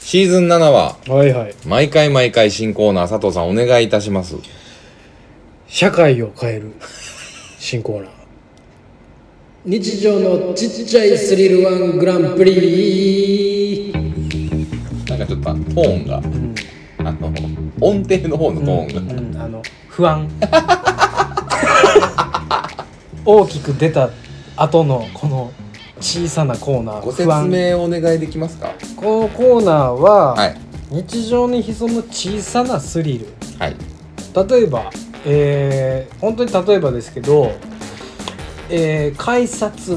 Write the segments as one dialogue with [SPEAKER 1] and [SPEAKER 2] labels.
[SPEAKER 1] シーズン7は、
[SPEAKER 2] はいはい
[SPEAKER 1] 毎回毎回新コーナー、佐藤さんお願いいたします。
[SPEAKER 2] 社会を変える新コーナー日常のちっちゃいスリルワングランプリ
[SPEAKER 1] なんかちょっとトーンが、
[SPEAKER 2] うん、
[SPEAKER 1] あの、音程の方のトーンが。
[SPEAKER 2] うん、あの 不安大きく出た後のこの小さなコーナー
[SPEAKER 1] ご説
[SPEAKER 2] 不安
[SPEAKER 1] 明お願いできますか
[SPEAKER 2] このコーナーは、
[SPEAKER 1] はい。
[SPEAKER 2] 日常に潜む小さなスリル
[SPEAKER 1] はい。
[SPEAKER 2] 例えば、えー、本当に例えばですけど、えー改札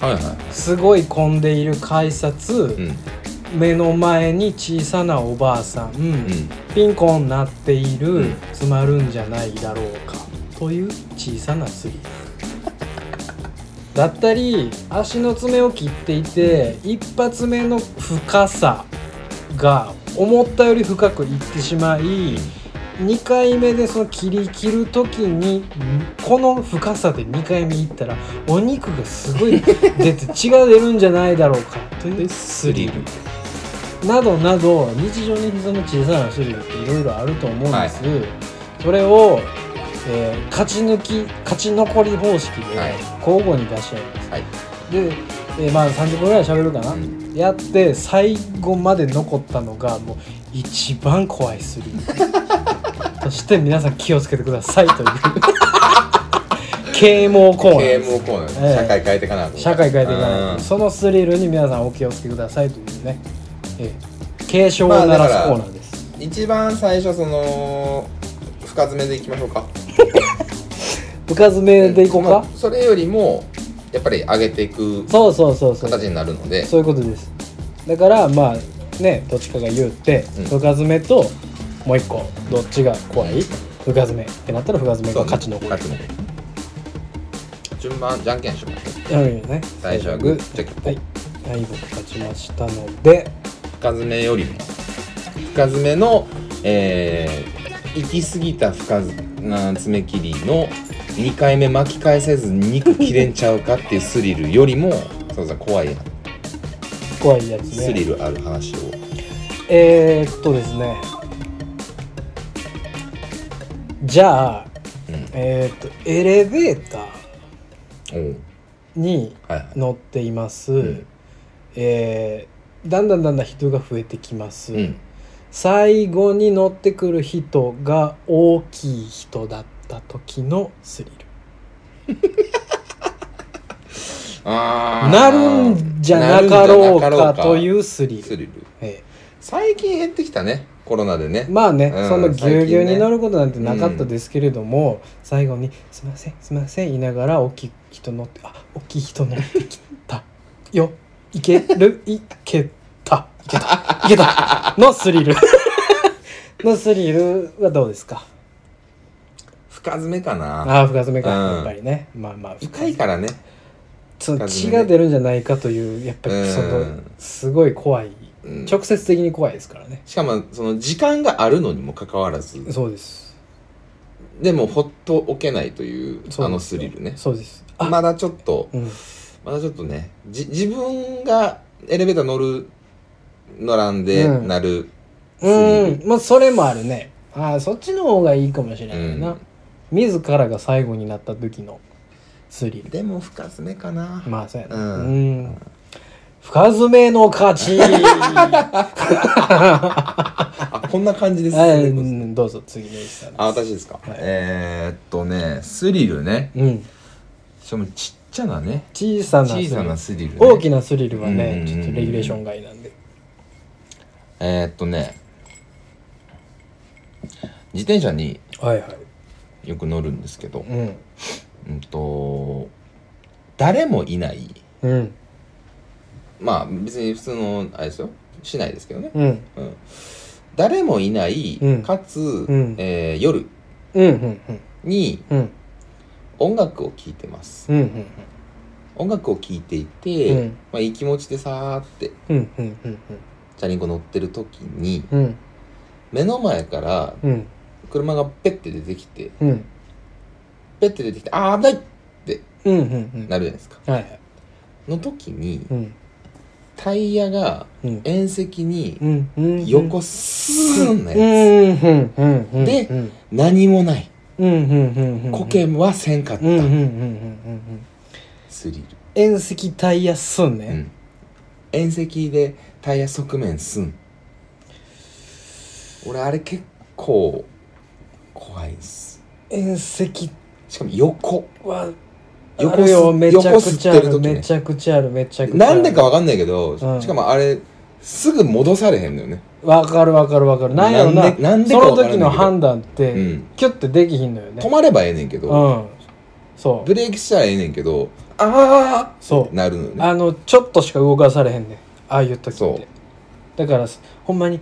[SPEAKER 1] はいは
[SPEAKER 2] すごい混んでいる改札、
[SPEAKER 1] い。うん。
[SPEAKER 2] 目の前に小さなおばあさん、
[SPEAKER 1] うん。
[SPEAKER 2] ピンコンなっている、
[SPEAKER 1] うん
[SPEAKER 2] つまるんじゃないだろうかという小さなスリルだったり足の爪を切っていて一発目の深さが思ったより深くいってしまい2回目でその切り切る時にこの深さで2回目いったらお肉がすごい出て血が出るんじゃないだろうかというスリル。などなど日常に潜む小さな種類っていろいろあると思うんです、それを、えー勝ち抜き勝ち残り方式で
[SPEAKER 1] はい
[SPEAKER 2] 交互に出し合います、
[SPEAKER 1] はい
[SPEAKER 2] で、えーまあ30分ぐらい喋るかな、
[SPEAKER 1] うん
[SPEAKER 2] やって最後まで残ったのがもう一番怖いス リーそして皆さん気をつけてくださいという 啓蒙コーナー
[SPEAKER 1] 啓
[SPEAKER 2] です
[SPEAKER 1] 蒙コーナーです、
[SPEAKER 2] ええ
[SPEAKER 1] 社会変えてかなと。
[SPEAKER 2] 社会変えていかない
[SPEAKER 1] うん
[SPEAKER 2] とそのスリルに皆さんお気をつけくださいというね、ええ、警鐘を
[SPEAKER 1] まあだ
[SPEAKER 2] 鳴
[SPEAKER 1] からら
[SPEAKER 2] すコーナーです、
[SPEAKER 1] 一番最初、その、深爪でいきましょうか。
[SPEAKER 2] 深爪でいこう
[SPEAKER 1] ま
[SPEAKER 2] か
[SPEAKER 1] あ、それよりも、やっぱり上げていく
[SPEAKER 2] そうそうそうそう
[SPEAKER 1] 形になるので、
[SPEAKER 2] そういうことですだからまあねどっちかが言って、
[SPEAKER 1] うん
[SPEAKER 2] 深爪ともう一個どっちが怖い深爪ってなったら深爪が勝ち残る
[SPEAKER 1] 勝ち残る順番じゃんけんしましょう
[SPEAKER 2] うんね
[SPEAKER 1] 最初はグー
[SPEAKER 2] 最初は
[SPEAKER 1] じゃ
[SPEAKER 2] グーはい、はい、僕勝ちましたので
[SPEAKER 1] 深爪よりも深爪のえー、行き過ぎた深爪な爪切りの2回目巻き返せず肉切れんちゃうかっていうスリルよりもそうそう怖い
[SPEAKER 2] 怖いやつね
[SPEAKER 1] スリルある話を
[SPEAKER 2] えー、っとですねじゃあ、
[SPEAKER 1] うん
[SPEAKER 2] えー、っとエレベーター
[SPEAKER 1] おう
[SPEAKER 2] に
[SPEAKER 1] はいはい
[SPEAKER 2] 乗っています、
[SPEAKER 1] うん
[SPEAKER 2] えーだんだんだんだん人が増えてきます、
[SPEAKER 1] うん
[SPEAKER 2] 最後に乗ってくる人が大きい人だった時のスリル
[SPEAKER 1] あー
[SPEAKER 2] なるんじゃなかろう
[SPEAKER 1] なるんじゃな
[SPEAKER 2] かといううスリル
[SPEAKER 1] スリル
[SPEAKER 2] え
[SPEAKER 1] 最近減ってきたねコロナでね
[SPEAKER 2] えまあね、
[SPEAKER 1] うん
[SPEAKER 2] そんなぎゅうぎゅう
[SPEAKER 1] 最近ね
[SPEAKER 2] に乗ることなんてなかったですけれども、最後に「すいませんすいません」言いながら大きい人乗って「あ大きい人乗ってきたよいけ るいけたいけたいけた」のスリル のスリルはどうですか
[SPEAKER 1] 深爪かな
[SPEAKER 2] ああ深爪か
[SPEAKER 1] うん
[SPEAKER 2] やっぱりね、まあまあ
[SPEAKER 1] 深いからね
[SPEAKER 2] その
[SPEAKER 1] 深爪
[SPEAKER 2] 血
[SPEAKER 1] ね
[SPEAKER 2] が出るんじゃないかというやっぱ
[SPEAKER 1] う
[SPEAKER 2] り
[SPEAKER 1] ん
[SPEAKER 2] そのすごい怖い
[SPEAKER 1] うん
[SPEAKER 2] 直接的に怖いですからね
[SPEAKER 1] しかもその時間があるのにもかかわらず
[SPEAKER 2] そうです
[SPEAKER 1] でもほっとおけないという
[SPEAKER 2] そう
[SPEAKER 1] あのスリルね
[SPEAKER 2] そうですあ、
[SPEAKER 1] まだちょっと
[SPEAKER 2] うん
[SPEAKER 1] まだちょっとねじ自分がエレベーター乗る乗らんで
[SPEAKER 2] うん
[SPEAKER 1] なる、
[SPEAKER 2] うん、まあそれもあるね。ああ、そっちの方がいいかもしれないな。
[SPEAKER 1] うん
[SPEAKER 2] 自らが最後になった時のスリル。
[SPEAKER 1] でも深爪かな、
[SPEAKER 2] まあそうやな。
[SPEAKER 1] う
[SPEAKER 2] うんん。深爪の勝ちは
[SPEAKER 1] あこんな感じです、
[SPEAKER 2] い、うんどうぞ次の一
[SPEAKER 1] あ
[SPEAKER 2] さんです。
[SPEAKER 1] 私ですか、
[SPEAKER 2] はい
[SPEAKER 1] えー、っとねスリルね
[SPEAKER 2] うん。
[SPEAKER 1] しかもちっちゃなね
[SPEAKER 2] 小さなスリ
[SPEAKER 1] 小さ
[SPEAKER 2] ル
[SPEAKER 1] なスリル、ね、
[SPEAKER 2] 大きなスリル
[SPEAKER 1] う
[SPEAKER 2] は
[SPEAKER 1] んうん
[SPEAKER 2] ね
[SPEAKER 1] う、ん
[SPEAKER 2] ちょっとレギュレーション外なんで。
[SPEAKER 1] えー、っとね自転車に
[SPEAKER 2] はいはい。
[SPEAKER 1] よく乗るんですけど、
[SPEAKER 2] うん。
[SPEAKER 1] うんと誰もいない
[SPEAKER 2] うん。
[SPEAKER 1] まあ別に普通のあれですよ市内ですけどね、
[SPEAKER 2] うん。
[SPEAKER 1] うん、誰もいない、
[SPEAKER 2] うん
[SPEAKER 1] かつ、
[SPEAKER 2] ん
[SPEAKER 1] えー夜
[SPEAKER 2] うん。うん。
[SPEAKER 1] に
[SPEAKER 2] うん。
[SPEAKER 1] 音楽を聴いてます、
[SPEAKER 2] うん。うん。
[SPEAKER 1] 音楽を聴いていて、
[SPEAKER 2] うん
[SPEAKER 1] まあ、いい気持ちでさーって
[SPEAKER 2] うん。うん。うん。
[SPEAKER 1] チャリンコ乗ってる時に
[SPEAKER 2] うん。
[SPEAKER 1] 目の前から
[SPEAKER 2] うん。
[SPEAKER 1] 車がペッて出てきて
[SPEAKER 2] うん。うん。
[SPEAKER 1] ペッて出てきてあー危ないって
[SPEAKER 2] うん。うん。うん。
[SPEAKER 1] なるじゃないですか
[SPEAKER 2] はいはい。
[SPEAKER 1] の時に
[SPEAKER 2] うん。
[SPEAKER 1] タイヤが
[SPEAKER 2] うん
[SPEAKER 1] 縁石に
[SPEAKER 2] うんうん
[SPEAKER 1] 横スーンの
[SPEAKER 2] うん
[SPEAKER 1] や
[SPEAKER 2] うんうんうん
[SPEAKER 1] で
[SPEAKER 2] うん
[SPEAKER 1] つ何もない
[SPEAKER 2] うんうんうんうん
[SPEAKER 1] 苔はせんかった
[SPEAKER 2] うんうんうんうんうんうん
[SPEAKER 1] スリル
[SPEAKER 2] 遠赤タイヤすんね、
[SPEAKER 1] うん縁石でタイヤ側面すん俺あれ結構怖いっす
[SPEAKER 2] 遠赤
[SPEAKER 1] しかも横
[SPEAKER 2] は
[SPEAKER 1] 横
[SPEAKER 2] あるよめちゃくちゃあ
[SPEAKER 1] 横吸ってる
[SPEAKER 2] る
[SPEAKER 1] 時ね
[SPEAKER 2] めちゃくちゃあるめちゃくちゃあ
[SPEAKER 1] な
[SPEAKER 2] る
[SPEAKER 1] んでかわかんないけど、
[SPEAKER 2] うん
[SPEAKER 1] しかもあれすぐ戻されへんのよね
[SPEAKER 2] わかるわかるわかるなんやろ
[SPEAKER 1] なんでなんでか
[SPEAKER 2] そ
[SPEAKER 1] わ
[SPEAKER 2] の
[SPEAKER 1] からんけど
[SPEAKER 2] 時の判断っ
[SPEAKER 1] う
[SPEAKER 2] て
[SPEAKER 1] ん
[SPEAKER 2] キュッてできひんのよね
[SPEAKER 1] 止まればええねんけど、
[SPEAKER 2] うんそう
[SPEAKER 1] ブレーキしたらええねんけどあ
[SPEAKER 2] そ
[SPEAKER 1] あ
[SPEAKER 2] う
[SPEAKER 1] なるのよね
[SPEAKER 2] あのちょっとしか動かされへんねんああいう時っ
[SPEAKER 1] そ
[SPEAKER 2] てだからほんまに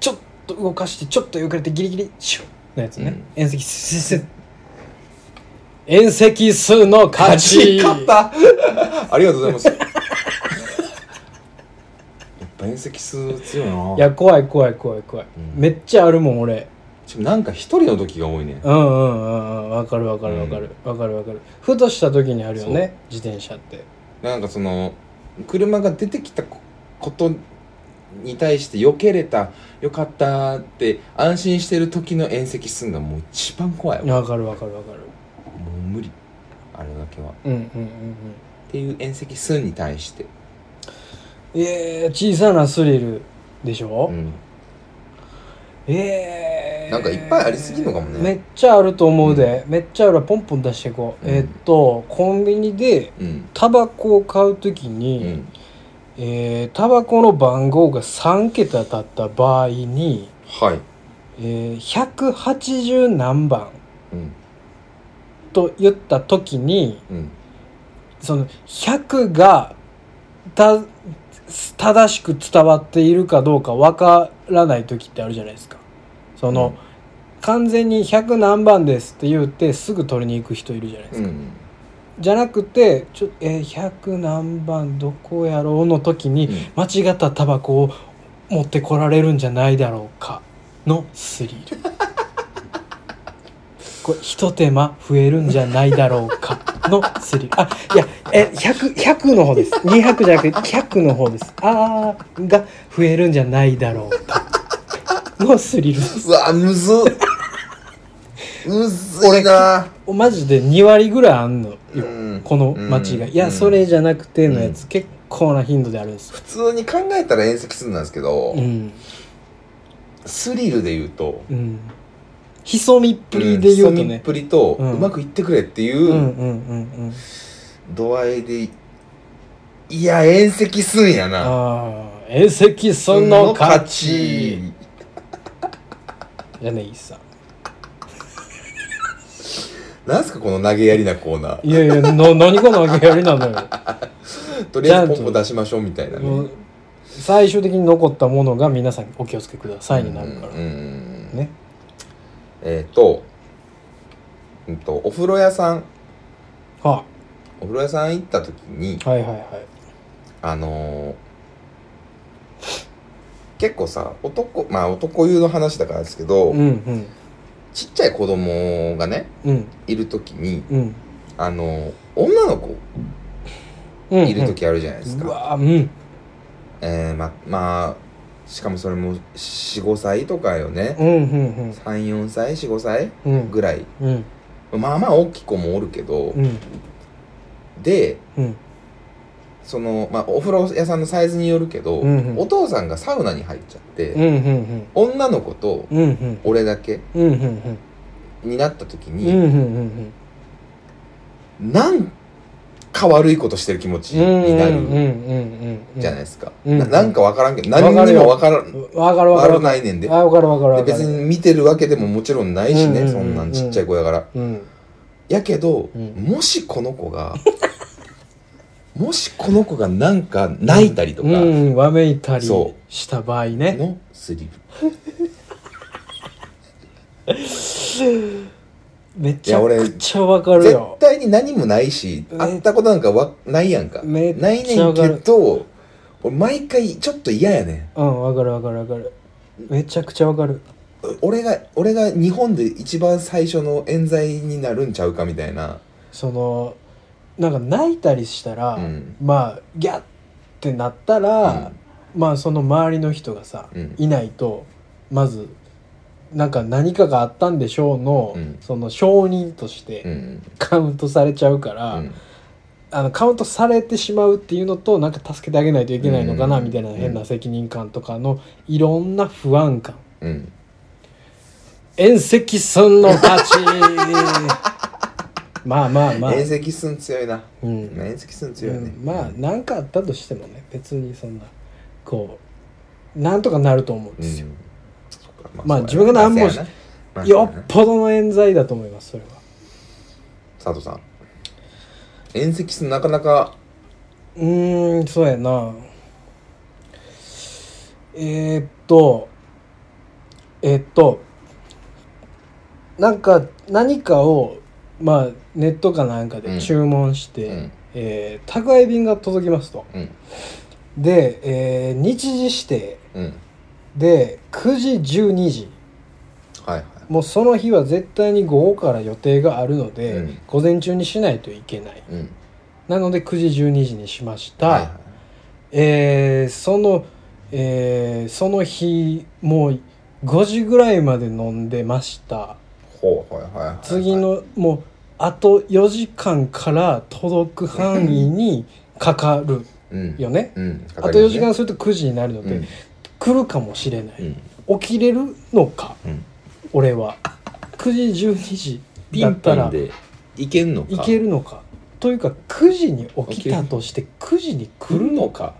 [SPEAKER 2] ちょっと動かしてちょっとよくれてギリギリシュッのやつね遠赤ススス遠赤数の勝ち
[SPEAKER 1] 勝った ありがとうございますやっぱ遠赤数強いない
[SPEAKER 2] や怖い怖い怖い怖い、
[SPEAKER 1] うん
[SPEAKER 2] めっちゃあるもん俺
[SPEAKER 1] しかもなんか一人の時が多いねん
[SPEAKER 2] うんうんうんうんわかるわかるわかるわ、かるわかるふとした時にあるよね自転車って
[SPEAKER 1] なんかその車が出てきたこことに対して避けれたよかったって安心してる時の遠赤すんがもう一番怖いわも
[SPEAKER 2] わかるわかるわかる
[SPEAKER 1] う無理あれだけはっ
[SPEAKER 2] うんうんうんうん
[SPEAKER 1] ていう遠赤すんに対して、
[SPEAKER 2] えー、小さなスリルでしょ、
[SPEAKER 1] うん、
[SPEAKER 2] えー、
[SPEAKER 1] なんかいっぱいありすぎんのかもね
[SPEAKER 2] めっちゃあると思うで、めっちゃあるわポンポン出していこう、
[SPEAKER 1] うん
[SPEAKER 2] えーっとコンビニで
[SPEAKER 1] うん
[SPEAKER 2] タバコを買う時
[SPEAKER 1] う
[SPEAKER 2] に、
[SPEAKER 1] ん
[SPEAKER 2] えータバコの番号が3桁だった場合に、
[SPEAKER 1] はい、
[SPEAKER 2] えー、180何番
[SPEAKER 1] うん
[SPEAKER 2] と言った時に
[SPEAKER 1] うん、
[SPEAKER 2] その100がた正しく伝わっているかどうかわからない時ってあるじゃないですか。その、
[SPEAKER 1] うん
[SPEAKER 2] 完全に100何番ですって言ってすぐ取りに行く人いるじゃないですか。
[SPEAKER 1] ん
[SPEAKER 2] じゃなくてちょ、えー100何番どこやろうの時に、間違ったタバコを持ってこられるんじゃないだろうかのスリルこれ一手間増えるんじゃないだろうかのスリルあいやえ 100, 100の方です200じゃなくて100の方ですあーが増えるんじゃないだろうかのスリル
[SPEAKER 1] うわむず っむずいな
[SPEAKER 2] マジで2割ぐらいあんのよ、
[SPEAKER 1] うん
[SPEAKER 2] この街が、いや、
[SPEAKER 1] うん
[SPEAKER 2] それじゃなくてのやつ、
[SPEAKER 1] う
[SPEAKER 2] 結構な頻度であるんですよ
[SPEAKER 1] 普通に考えたら遠赤すんなんですけど、
[SPEAKER 2] うん
[SPEAKER 1] スリルで言うと
[SPEAKER 2] うん潜みっぷりで言うと
[SPEAKER 1] うん潜みっ
[SPEAKER 2] ね、
[SPEAKER 1] ぷりと、う
[SPEAKER 2] うん
[SPEAKER 1] まくいってくれってい
[SPEAKER 2] うん、うん
[SPEAKER 1] う
[SPEAKER 2] うんうん
[SPEAKER 1] 度合いで、いや遠赤すんやな
[SPEAKER 2] ああ遠赤その勝ち
[SPEAKER 1] の勝
[SPEAKER 2] じゃねいさ
[SPEAKER 1] なんすかこの投げやりなコーナー
[SPEAKER 2] いやいや の何この投げやりなのよ
[SPEAKER 1] とりあえずポンポン出しましょうみたいなね
[SPEAKER 2] もう最終的に残ったものが皆さんお気をつけくださいになるから、
[SPEAKER 1] うんうん
[SPEAKER 2] ね
[SPEAKER 1] えっ、と,、うん、とお風呂屋さん
[SPEAKER 2] は
[SPEAKER 1] お風呂屋さん行った時に
[SPEAKER 2] あはいはいはい
[SPEAKER 1] あのー結構さ男まあ男湯の話だからですけど、
[SPEAKER 2] うんうん
[SPEAKER 1] ちっちゃい子供がね
[SPEAKER 2] うん
[SPEAKER 1] いる時に
[SPEAKER 2] うん
[SPEAKER 1] あの女の子
[SPEAKER 2] うん
[SPEAKER 1] いる時あるじゃないです
[SPEAKER 2] う
[SPEAKER 1] か、
[SPEAKER 2] わあうん
[SPEAKER 1] えーままあしかもそれも45歳とかよね
[SPEAKER 2] うんうん
[SPEAKER 1] 34歳45歳
[SPEAKER 2] うんうん
[SPEAKER 1] ぐらい
[SPEAKER 2] うん
[SPEAKER 1] まあまあ大きい子もおるけど
[SPEAKER 2] うん
[SPEAKER 1] で
[SPEAKER 2] うん
[SPEAKER 1] その、まあ、お風呂屋さんのサイズによるけど、
[SPEAKER 2] うんうん
[SPEAKER 1] お父さんがサウナに入っちゃって、
[SPEAKER 2] うんうん
[SPEAKER 1] 女の子と
[SPEAKER 2] うんうん
[SPEAKER 1] 俺だけ
[SPEAKER 2] うんうんうん
[SPEAKER 1] になった時
[SPEAKER 2] うんうん
[SPEAKER 1] に、
[SPEAKER 2] うん
[SPEAKER 1] なんか悪いことしてる気持ちにな
[SPEAKER 2] うん
[SPEAKER 1] る
[SPEAKER 2] うんうんうん
[SPEAKER 1] じゃないですか、
[SPEAKER 2] うん
[SPEAKER 1] ななんか分からんけど
[SPEAKER 2] わかるよ
[SPEAKER 1] 何にも分からん
[SPEAKER 2] わかるわかる
[SPEAKER 1] 悪ないねんで
[SPEAKER 2] あわかるわかるわ
[SPEAKER 1] で
[SPEAKER 2] かる
[SPEAKER 1] 別に見てるわけでももちろんないしね、
[SPEAKER 2] うんうんうんうん
[SPEAKER 1] そんなんちっちゃい子やから。
[SPEAKER 2] うん
[SPEAKER 1] やけど、
[SPEAKER 2] うん
[SPEAKER 1] もしこの子が もしこの子がなんか泣いたりとか
[SPEAKER 2] うんわめいたり
[SPEAKER 1] そ
[SPEAKER 2] した場合ね
[SPEAKER 1] のスリル、
[SPEAKER 2] めちゃくちゃわかる
[SPEAKER 1] 絶
[SPEAKER 2] よ
[SPEAKER 1] 対に何もないし
[SPEAKER 2] ね
[SPEAKER 1] 会ったことなんかわないやんか
[SPEAKER 2] めっちゃ
[SPEAKER 1] ないねんけ
[SPEAKER 2] わか
[SPEAKER 1] ど俺毎回ちょっと嫌やね
[SPEAKER 2] うんわかるわかるわかるめちゃくちゃわかる
[SPEAKER 1] ん俺が俺が日本で一番最初の冤罪になるんちゃうかみたいな
[SPEAKER 2] そのなんか泣いたりしたら、
[SPEAKER 1] うん
[SPEAKER 2] まあギャッってなったら、まあその周りの人がさ、
[SPEAKER 1] うん
[SPEAKER 2] いないとまずなんか何かがあったんでしょうの、
[SPEAKER 1] うん
[SPEAKER 2] その証人として
[SPEAKER 1] ん
[SPEAKER 2] カウントされちゃうから、
[SPEAKER 1] うん
[SPEAKER 2] あのカウントされてしまうっていうのとなんか助けてあげないといけないのかな
[SPEAKER 1] うん
[SPEAKER 2] みたいな変
[SPEAKER 1] う
[SPEAKER 2] なん責任感とかのいろんな不安感
[SPEAKER 1] うん
[SPEAKER 2] 遠赤寸の 勝ちまあまあまあ、
[SPEAKER 1] 面積寸強いな
[SPEAKER 2] うん
[SPEAKER 1] 面積寸強いね
[SPEAKER 2] うん、まあ何かあったとしてもね別にそんなこうなんとかなると思うんですよ、まあ自分が何もしよっぽどの冤罪だと思いますそれは
[SPEAKER 1] 佐藤さん遠赤寸なかなか
[SPEAKER 2] うーんそうやなえー、っとえー、っとなんか何かをまあネットかなんか
[SPEAKER 1] う
[SPEAKER 2] で
[SPEAKER 1] ん
[SPEAKER 2] 注文して、
[SPEAKER 1] うん
[SPEAKER 2] えー宅配便が届きますと
[SPEAKER 1] うん
[SPEAKER 2] で、えー日時指定
[SPEAKER 1] うん
[SPEAKER 2] で9時12時
[SPEAKER 1] はいはい
[SPEAKER 2] もうその日は絶対に午後から予定があるので、
[SPEAKER 1] うん
[SPEAKER 2] 午前中にしないといけない
[SPEAKER 1] うん
[SPEAKER 2] なので9時12時にしました、
[SPEAKER 1] はいは
[SPEAKER 2] えーそのえーその日もう5時ぐらいまで飲んでました
[SPEAKER 1] いほうはいはいはい
[SPEAKER 2] 次のもうあと4時間から届く範囲にかかる
[SPEAKER 1] うん
[SPEAKER 2] よね
[SPEAKER 1] うんかか
[SPEAKER 2] あ
[SPEAKER 1] りますね
[SPEAKER 2] と4時間すると9時になるので、
[SPEAKER 1] うん
[SPEAKER 2] 来るかもしれな
[SPEAKER 1] う
[SPEAKER 2] い、
[SPEAKER 1] ん
[SPEAKER 2] 起きれるのか
[SPEAKER 1] うん
[SPEAKER 2] 俺は9時12時
[SPEAKER 1] ピ
[SPEAKER 2] だ
[SPEAKER 1] ン
[SPEAKER 2] った
[SPEAKER 1] ポ
[SPEAKER 2] ら
[SPEAKER 1] ンでいけんのか
[SPEAKER 2] いけるのかというか9時に起きたとして9時に来
[SPEAKER 1] 来
[SPEAKER 2] る
[SPEAKER 1] る
[SPEAKER 2] の
[SPEAKER 1] のか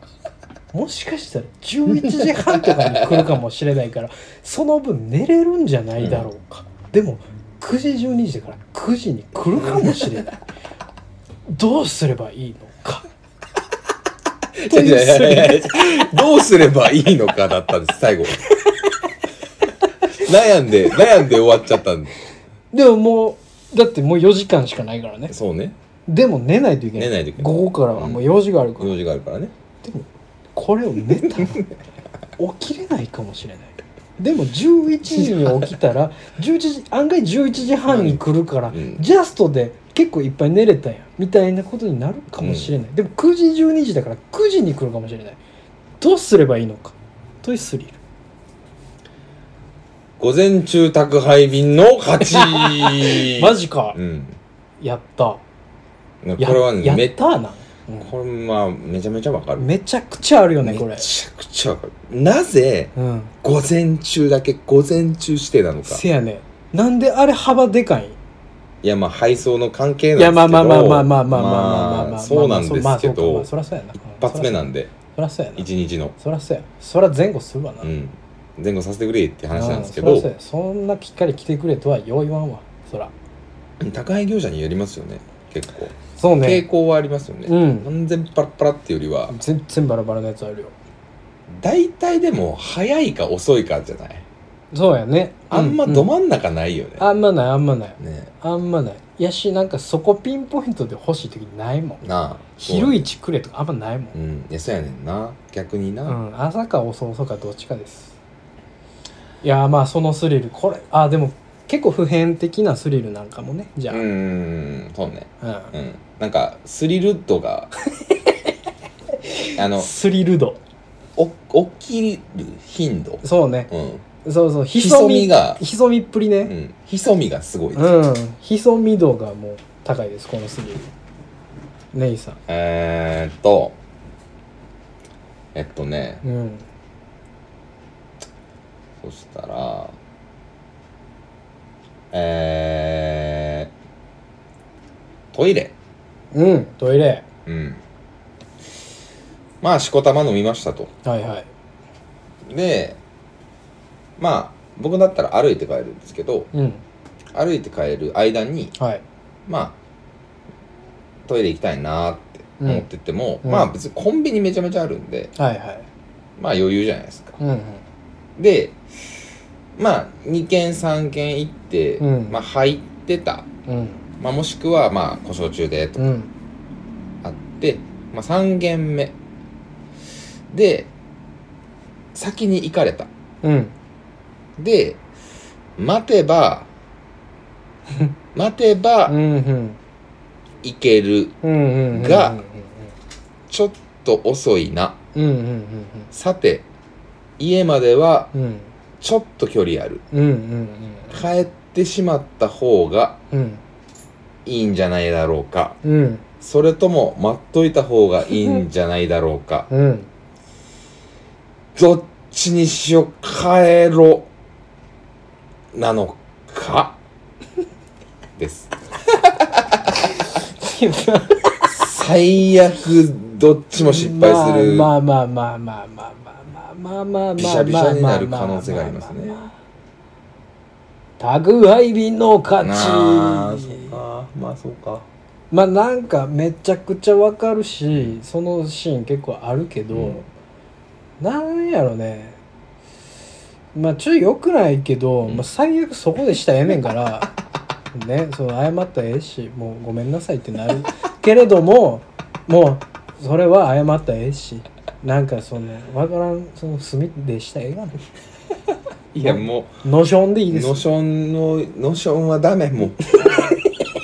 [SPEAKER 2] もしかしたら11時半とかに来るかもしれないから その分寝れるんじゃないだろうか、でも9時12時だから9時に来るかもしれないどうすればいいの かというすり合い
[SPEAKER 1] どうすればいいのかだったんです最後 悩んで悩んで終わっちゃったんで
[SPEAKER 2] でももうだってもう4時間しかないからね
[SPEAKER 1] そうね
[SPEAKER 2] でも寝ないといけない
[SPEAKER 1] 寝ないといけない
[SPEAKER 2] 午後からはもう用事があるから、
[SPEAKER 1] 用事があるからね
[SPEAKER 2] でもこれを寝たら起きれないかもしれないでも11時に起き たら11時案外11時半に来るから、
[SPEAKER 1] うん
[SPEAKER 2] ジャストで結構いっぱい寝れたやんみたいなことになるかもしれない、でも9時12時だから9時に来るかもしれないどうすればいいのかというスリル
[SPEAKER 1] 午前中宅配便の勝ち
[SPEAKER 2] マジか、
[SPEAKER 1] うん
[SPEAKER 2] やった
[SPEAKER 1] これ
[SPEAKER 2] や
[SPEAKER 1] は
[SPEAKER 2] や
[SPEAKER 1] ねめ
[SPEAKER 2] ったな、
[SPEAKER 1] これまあめちゃめちゃわかる
[SPEAKER 2] めちゃくちゃあるよねこれ
[SPEAKER 1] めちゃくちゃわかるなぜ
[SPEAKER 2] うん
[SPEAKER 1] 午前中だけ午前中指定なのか
[SPEAKER 2] せやねなんであれ幅でかいん
[SPEAKER 1] いやまあ配送の関係なん
[SPEAKER 2] い
[SPEAKER 1] です
[SPEAKER 2] や
[SPEAKER 1] けど
[SPEAKER 2] まあまあまあまあまあまあまあまあまあまあまあまあまあまあ
[SPEAKER 1] そうなんですけ
[SPEAKER 2] まあまあ
[SPEAKER 1] ど
[SPEAKER 2] そりゃそうやな
[SPEAKER 1] 一発目なんで
[SPEAKER 2] そりゃそうやな
[SPEAKER 1] 一日の
[SPEAKER 2] そりゃそうやそりゃ前後するわな
[SPEAKER 1] うん前後させてくれって話なんですけ
[SPEAKER 2] うん
[SPEAKER 1] ど
[SPEAKER 2] そりゃそうやそんなきっかり来てくれとはよう言わんわそら
[SPEAKER 1] 宅配業者によりますよね結構
[SPEAKER 2] そう
[SPEAKER 1] 傾
[SPEAKER 2] ね
[SPEAKER 1] 向はありますよね
[SPEAKER 2] うん
[SPEAKER 1] 完全パラパラっていうよりは
[SPEAKER 2] 全然バラバラのやつあるよ
[SPEAKER 1] 大体でも早いか遅いかじゃない
[SPEAKER 2] そうやね
[SPEAKER 1] あんまど
[SPEAKER 2] ま
[SPEAKER 1] 真ん中ないよね、
[SPEAKER 2] あんまないあんまない
[SPEAKER 1] ね
[SPEAKER 2] あんまないいやしなんかそこピンポイントで欲しい時ないもん
[SPEAKER 1] なあ
[SPEAKER 2] 昼一くれとかあんまないもん
[SPEAKER 1] う、んいやそうやねんな逆にな、
[SPEAKER 2] うん、朝か遅遅かどっちかですいやーまあそのスリルこれあーでも結構普遍的なスリルなんかもねじゃあ、
[SPEAKER 1] う
[SPEAKER 2] うん
[SPEAKER 1] んそうねうんなんかスリル度 があの
[SPEAKER 2] スリル度
[SPEAKER 1] お起きる頻度
[SPEAKER 2] そうね
[SPEAKER 1] うん
[SPEAKER 2] そうそう
[SPEAKER 1] 潜みが
[SPEAKER 2] 潜みっぷり
[SPEAKER 1] う
[SPEAKER 2] ね
[SPEAKER 1] ん潜みがすごい、
[SPEAKER 2] うん、潜み度がもう高いですこのスリルネイさん
[SPEAKER 1] えー、っとえっとね
[SPEAKER 2] うん
[SPEAKER 1] そしたらえー、トイレ
[SPEAKER 2] うんトイレ
[SPEAKER 1] うんまあしこたま飲みましたと
[SPEAKER 2] はいはい
[SPEAKER 1] でまあ僕だったら歩いて帰るんですけど
[SPEAKER 2] うん
[SPEAKER 1] 歩いて帰る間に
[SPEAKER 2] はい
[SPEAKER 1] まあトイレ行きたいなーって思ってても、
[SPEAKER 2] うん
[SPEAKER 1] まあ別にコンビニめちゃめちゃあるんで
[SPEAKER 2] はいはい
[SPEAKER 1] まあ余裕じゃないですか
[SPEAKER 2] うんうん
[SPEAKER 1] でまあ2軒3軒行って、
[SPEAKER 2] うん
[SPEAKER 1] まあ入ってた、
[SPEAKER 2] うん
[SPEAKER 1] まあ、もしくはまあ故障中でとか
[SPEAKER 2] うん
[SPEAKER 1] あって、まあ、3軒目で先に行かれた
[SPEAKER 2] うん
[SPEAKER 1] で待てば待てば
[SPEAKER 2] うんうん
[SPEAKER 1] 行ける
[SPEAKER 2] うんうんうんうんうん
[SPEAKER 1] がちょっと遅いな
[SPEAKER 2] うんうん
[SPEAKER 1] さて家までは
[SPEAKER 2] うんうん
[SPEAKER 1] ちょっと距離ある
[SPEAKER 2] うんうん
[SPEAKER 1] 帰ってしまった方が
[SPEAKER 2] うんうん
[SPEAKER 1] いいんじゃないだろうか
[SPEAKER 2] うん
[SPEAKER 1] それとも待っといた方がいいんじゃないだろうか
[SPEAKER 2] うん
[SPEAKER 1] どっちにしよう帰ろなのかです最悪どっちも失敗する、
[SPEAKER 2] まあまあまあまあまあまあまあまあまあまあまあまあまあ
[SPEAKER 1] びしゃびしゃになる可能性がありますね
[SPEAKER 2] 宅配便の勝ち
[SPEAKER 1] なあそうかまあそうか
[SPEAKER 2] まあなんかめちゃくちゃわかるしそのシーン結構あるけど、
[SPEAKER 1] うん
[SPEAKER 2] なんやろねまあちょい良くないけど、
[SPEAKER 1] うん
[SPEAKER 2] まあ、最悪そこでしたらええねんから ねその謝ったらええしもうごめんなさいってなるけれどももうそれは謝ったらええしなんかそのわからんその墨でしたらええがない
[SPEAKER 1] やも
[SPEAKER 2] ノションでいういです
[SPEAKER 1] ノションのノションはダメ もう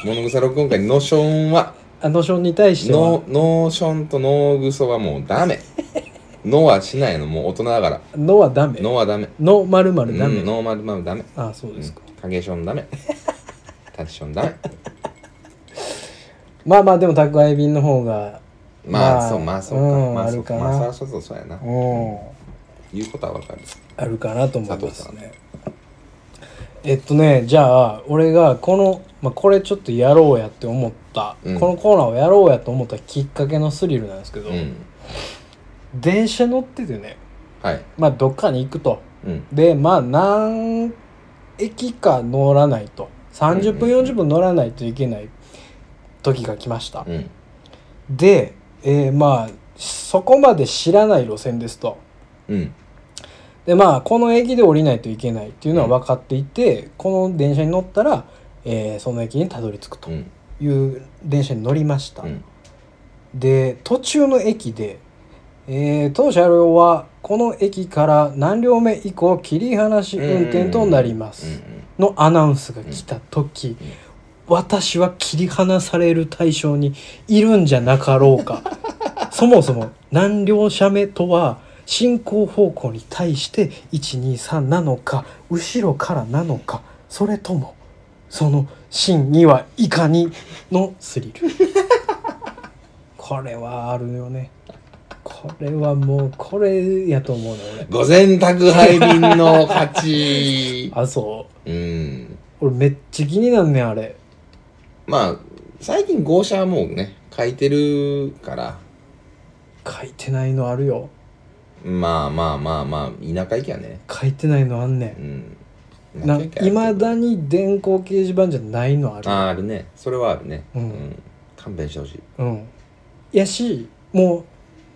[SPEAKER 1] 物草録音会ノションは
[SPEAKER 2] あノションに対しては
[SPEAKER 1] ノノーションとノーグソはもうダメ ノはしないのもう大人だから
[SPEAKER 2] ノはダメ
[SPEAKER 1] ノはダメ
[SPEAKER 2] ノまるま
[SPEAKER 1] う
[SPEAKER 2] る
[SPEAKER 1] ん
[SPEAKER 2] ダメ、
[SPEAKER 1] ノーマルマルダメ
[SPEAKER 2] あそうですか、
[SPEAKER 1] 影ションダ メタッチションダメ
[SPEAKER 2] まあまあでも宅配便の方が
[SPEAKER 1] まあ、
[SPEAKER 2] まあ
[SPEAKER 1] そうまあそうか、
[SPEAKER 2] うん
[SPEAKER 1] まあ
[SPEAKER 2] あ
[SPEAKER 1] そう
[SPEAKER 2] る
[SPEAKER 1] か
[SPEAKER 2] か
[SPEAKER 1] まあ
[SPEAKER 2] な
[SPEAKER 1] そりゃそうそうそうやな
[SPEAKER 2] うん
[SPEAKER 1] 言うことはわかる
[SPEAKER 2] あるかなと思いま
[SPEAKER 1] 佐
[SPEAKER 2] す
[SPEAKER 1] 藤さ
[SPEAKER 2] ねえっとねじゃあ俺がこの、まあ、これちょっとやろうやって思った、
[SPEAKER 1] うん
[SPEAKER 2] このコーナーをやろうやと思ったきっかけのスリルなんですけど、
[SPEAKER 1] うん
[SPEAKER 2] 電車乗っててね
[SPEAKER 1] はい
[SPEAKER 2] まあどっかに行くと
[SPEAKER 1] うん
[SPEAKER 2] でまあ何駅か乗らないと30分
[SPEAKER 1] うんうん
[SPEAKER 2] 40分乗らないといけない時が来ました、
[SPEAKER 1] うん
[SPEAKER 2] で、えーまあそこまで知らない路線ですと、
[SPEAKER 1] うん
[SPEAKER 2] でまあこの駅で降りないといけないっていうのは分かっていて、この電車に乗ったら、えーその駅にたどり着くと
[SPEAKER 1] うん
[SPEAKER 2] いう電車に乗りました、
[SPEAKER 1] うん
[SPEAKER 2] で途中の駅で、えー当車両はこの駅から何両目以降切り離し運転となります、のアナウンスが来た時、
[SPEAKER 1] うん
[SPEAKER 2] 私は切り離される対象にいるんじゃなかろうかそもそも何両者目とは進行方向に対して123なのか後ろからなのかそれともその真にはいかにのスリルこれはあるよねこれはもうこれやと思うね俺
[SPEAKER 1] 午前宅配便の勝 ち
[SPEAKER 2] あそう
[SPEAKER 1] うん
[SPEAKER 2] 俺めっちゃ気になんねんあれ
[SPEAKER 1] まあ最近号車はもうね書いてるから
[SPEAKER 2] 書いてないのあるよ
[SPEAKER 1] まあまあまあまあ田舎行きゃね
[SPEAKER 2] 書いてないのあんね
[SPEAKER 1] うんん
[SPEAKER 2] ない
[SPEAKER 1] 田舎行きゃあ
[SPEAKER 2] ま
[SPEAKER 1] るけど
[SPEAKER 2] だに電光掲示板じゃないのある
[SPEAKER 1] あーあるねそれはあるね
[SPEAKER 2] うん
[SPEAKER 1] 勘弁してほしい
[SPEAKER 2] うんやしも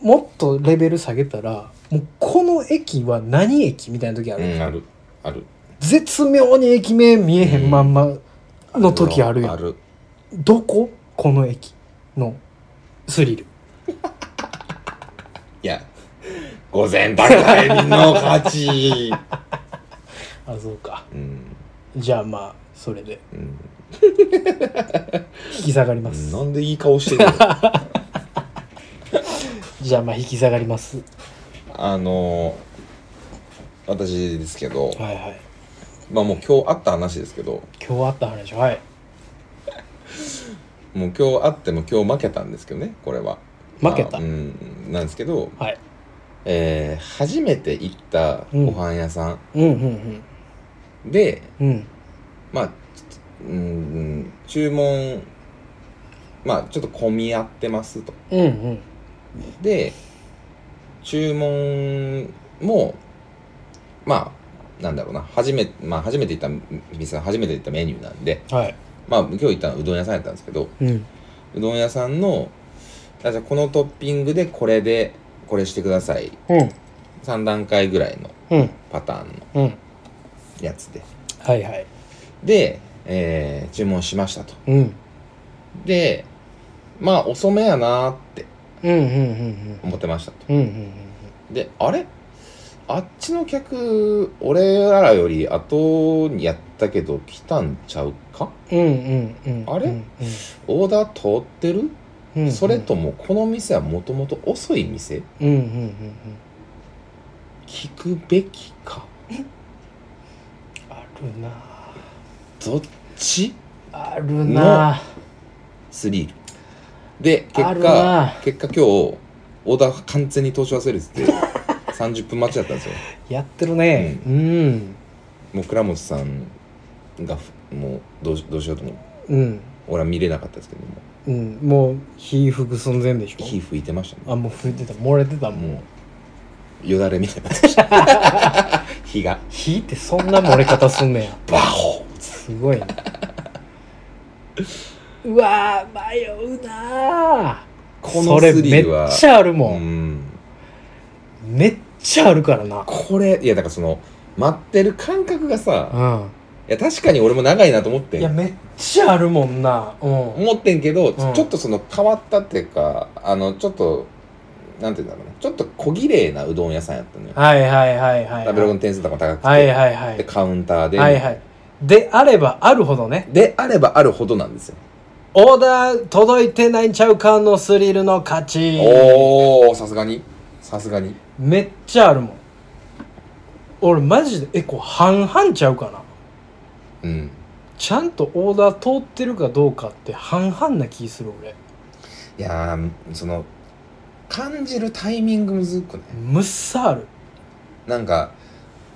[SPEAKER 2] うもっとレベル下げたらもうこの駅は何駅みたいな時ある、
[SPEAKER 1] うんあるある
[SPEAKER 2] 絶妙に駅名見えへんまんまの時あるやん、
[SPEAKER 1] ある
[SPEAKER 2] どここの駅のスリル
[SPEAKER 1] いや、午前宅配便の勝 ち。
[SPEAKER 2] あそうか
[SPEAKER 1] うん、
[SPEAKER 2] じゃあまあそれで
[SPEAKER 1] う
[SPEAKER 2] 引き下がります、
[SPEAKER 1] ん、なんでいい顔してる の
[SPEAKER 2] じゃあまあ引き下がります
[SPEAKER 1] あの、私ですけど、
[SPEAKER 2] はいはい
[SPEAKER 1] まあもう今日あった話ですけど、
[SPEAKER 2] 今日あった話はい
[SPEAKER 1] もう今日あっても今日負けたんですけどね、これは。
[SPEAKER 2] 負け
[SPEAKER 1] ま
[SPEAKER 2] た
[SPEAKER 1] あうん、なんですけど、
[SPEAKER 2] はい
[SPEAKER 1] えー初めて行ったご飯屋さ
[SPEAKER 2] うんうん
[SPEAKER 1] んで、
[SPEAKER 2] うんうん
[SPEAKER 1] まあ、ちょっとうん、注文、まあちょっと混み合ってますと。
[SPEAKER 2] うんうん
[SPEAKER 1] で注文もまあなんだろうな初め,、まあ、初めて行った店初めて行ったメニューなんで
[SPEAKER 2] はい
[SPEAKER 1] まあ今日行ったのはうどん屋さんやったんですけど
[SPEAKER 2] うん
[SPEAKER 1] うどん屋さんのあじゃあこのトッピングでこれでこれしてください
[SPEAKER 2] うん
[SPEAKER 1] 3段階ぐらいの
[SPEAKER 2] うん
[SPEAKER 1] パターンの
[SPEAKER 2] うん
[SPEAKER 1] やつで
[SPEAKER 2] はいはい
[SPEAKER 1] で、えー注文しましたと
[SPEAKER 2] うん
[SPEAKER 1] でまあ遅めやなーって
[SPEAKER 2] うんうんうん
[SPEAKER 1] 思ってましたと
[SPEAKER 2] うんうんうん
[SPEAKER 1] であれあっちの客俺らより後にやったけど来たんちゃうか
[SPEAKER 2] うんうんうんうんうんうん
[SPEAKER 1] あれオーダー通ってる
[SPEAKER 2] うん
[SPEAKER 1] それともこの店はもともと遅い店
[SPEAKER 2] うんうんうんうん
[SPEAKER 1] 聞くべきか
[SPEAKER 2] あるな
[SPEAKER 1] どっち
[SPEAKER 2] あるな
[SPEAKER 1] スリールで結
[SPEAKER 2] ある
[SPEAKER 1] 果
[SPEAKER 2] な
[SPEAKER 1] 結果今日オーダー完全に投資忘れてて 30分待ちだったんですよ
[SPEAKER 2] やってるねうん
[SPEAKER 1] もう倉本さんがふもうどうしどうしようとも
[SPEAKER 2] うん
[SPEAKER 1] 俺は見れなかったですけども
[SPEAKER 2] うんもう火吹く寸前でしょ
[SPEAKER 1] 火吹いてましたね
[SPEAKER 2] あもう吹いてた漏れてたもん
[SPEAKER 1] もうよだれみたいになってました 火が
[SPEAKER 2] 火ってそんな漏れ方すんねや
[SPEAKER 1] バホ
[SPEAKER 2] すごいねうわー迷うなー
[SPEAKER 1] この
[SPEAKER 2] それ
[SPEAKER 1] スリ
[SPEAKER 2] めっ
[SPEAKER 1] ルは
[SPEAKER 2] ちゃあるも、
[SPEAKER 1] うんん
[SPEAKER 2] めっちゃあるからな
[SPEAKER 1] これいやだからその待ってる感覚が
[SPEAKER 2] う
[SPEAKER 1] さ
[SPEAKER 2] ん
[SPEAKER 1] いや確かに俺も長いなと思って
[SPEAKER 2] いや
[SPEAKER 1] ん
[SPEAKER 2] めっちゃあるもんなうん
[SPEAKER 1] 思ってんけど、
[SPEAKER 2] ん
[SPEAKER 1] ちょっとその変わったっていうかあのちょっとなんて言うんだろうなちょっと小綺麗なうどん屋さんやったのよ
[SPEAKER 2] はいはいはいはいはい
[SPEAKER 1] 食べログの点数とかも高くて、
[SPEAKER 2] はいはいはい
[SPEAKER 1] でカウンターで、
[SPEAKER 2] はいはいであればあるほどね
[SPEAKER 1] であればあるほどなんですよ、
[SPEAKER 2] オーダー届いてないんちゃうかのスリルの勝ち
[SPEAKER 1] おおさすがにさすがに
[SPEAKER 2] めっちゃあるもん俺マジでえこれ半々ちゃうかな
[SPEAKER 1] うん
[SPEAKER 2] ちゃんとオーダー通ってるかどうかって半々な気する俺
[SPEAKER 1] いやーその感じるタイミングむずくね
[SPEAKER 2] むっさある
[SPEAKER 1] なんか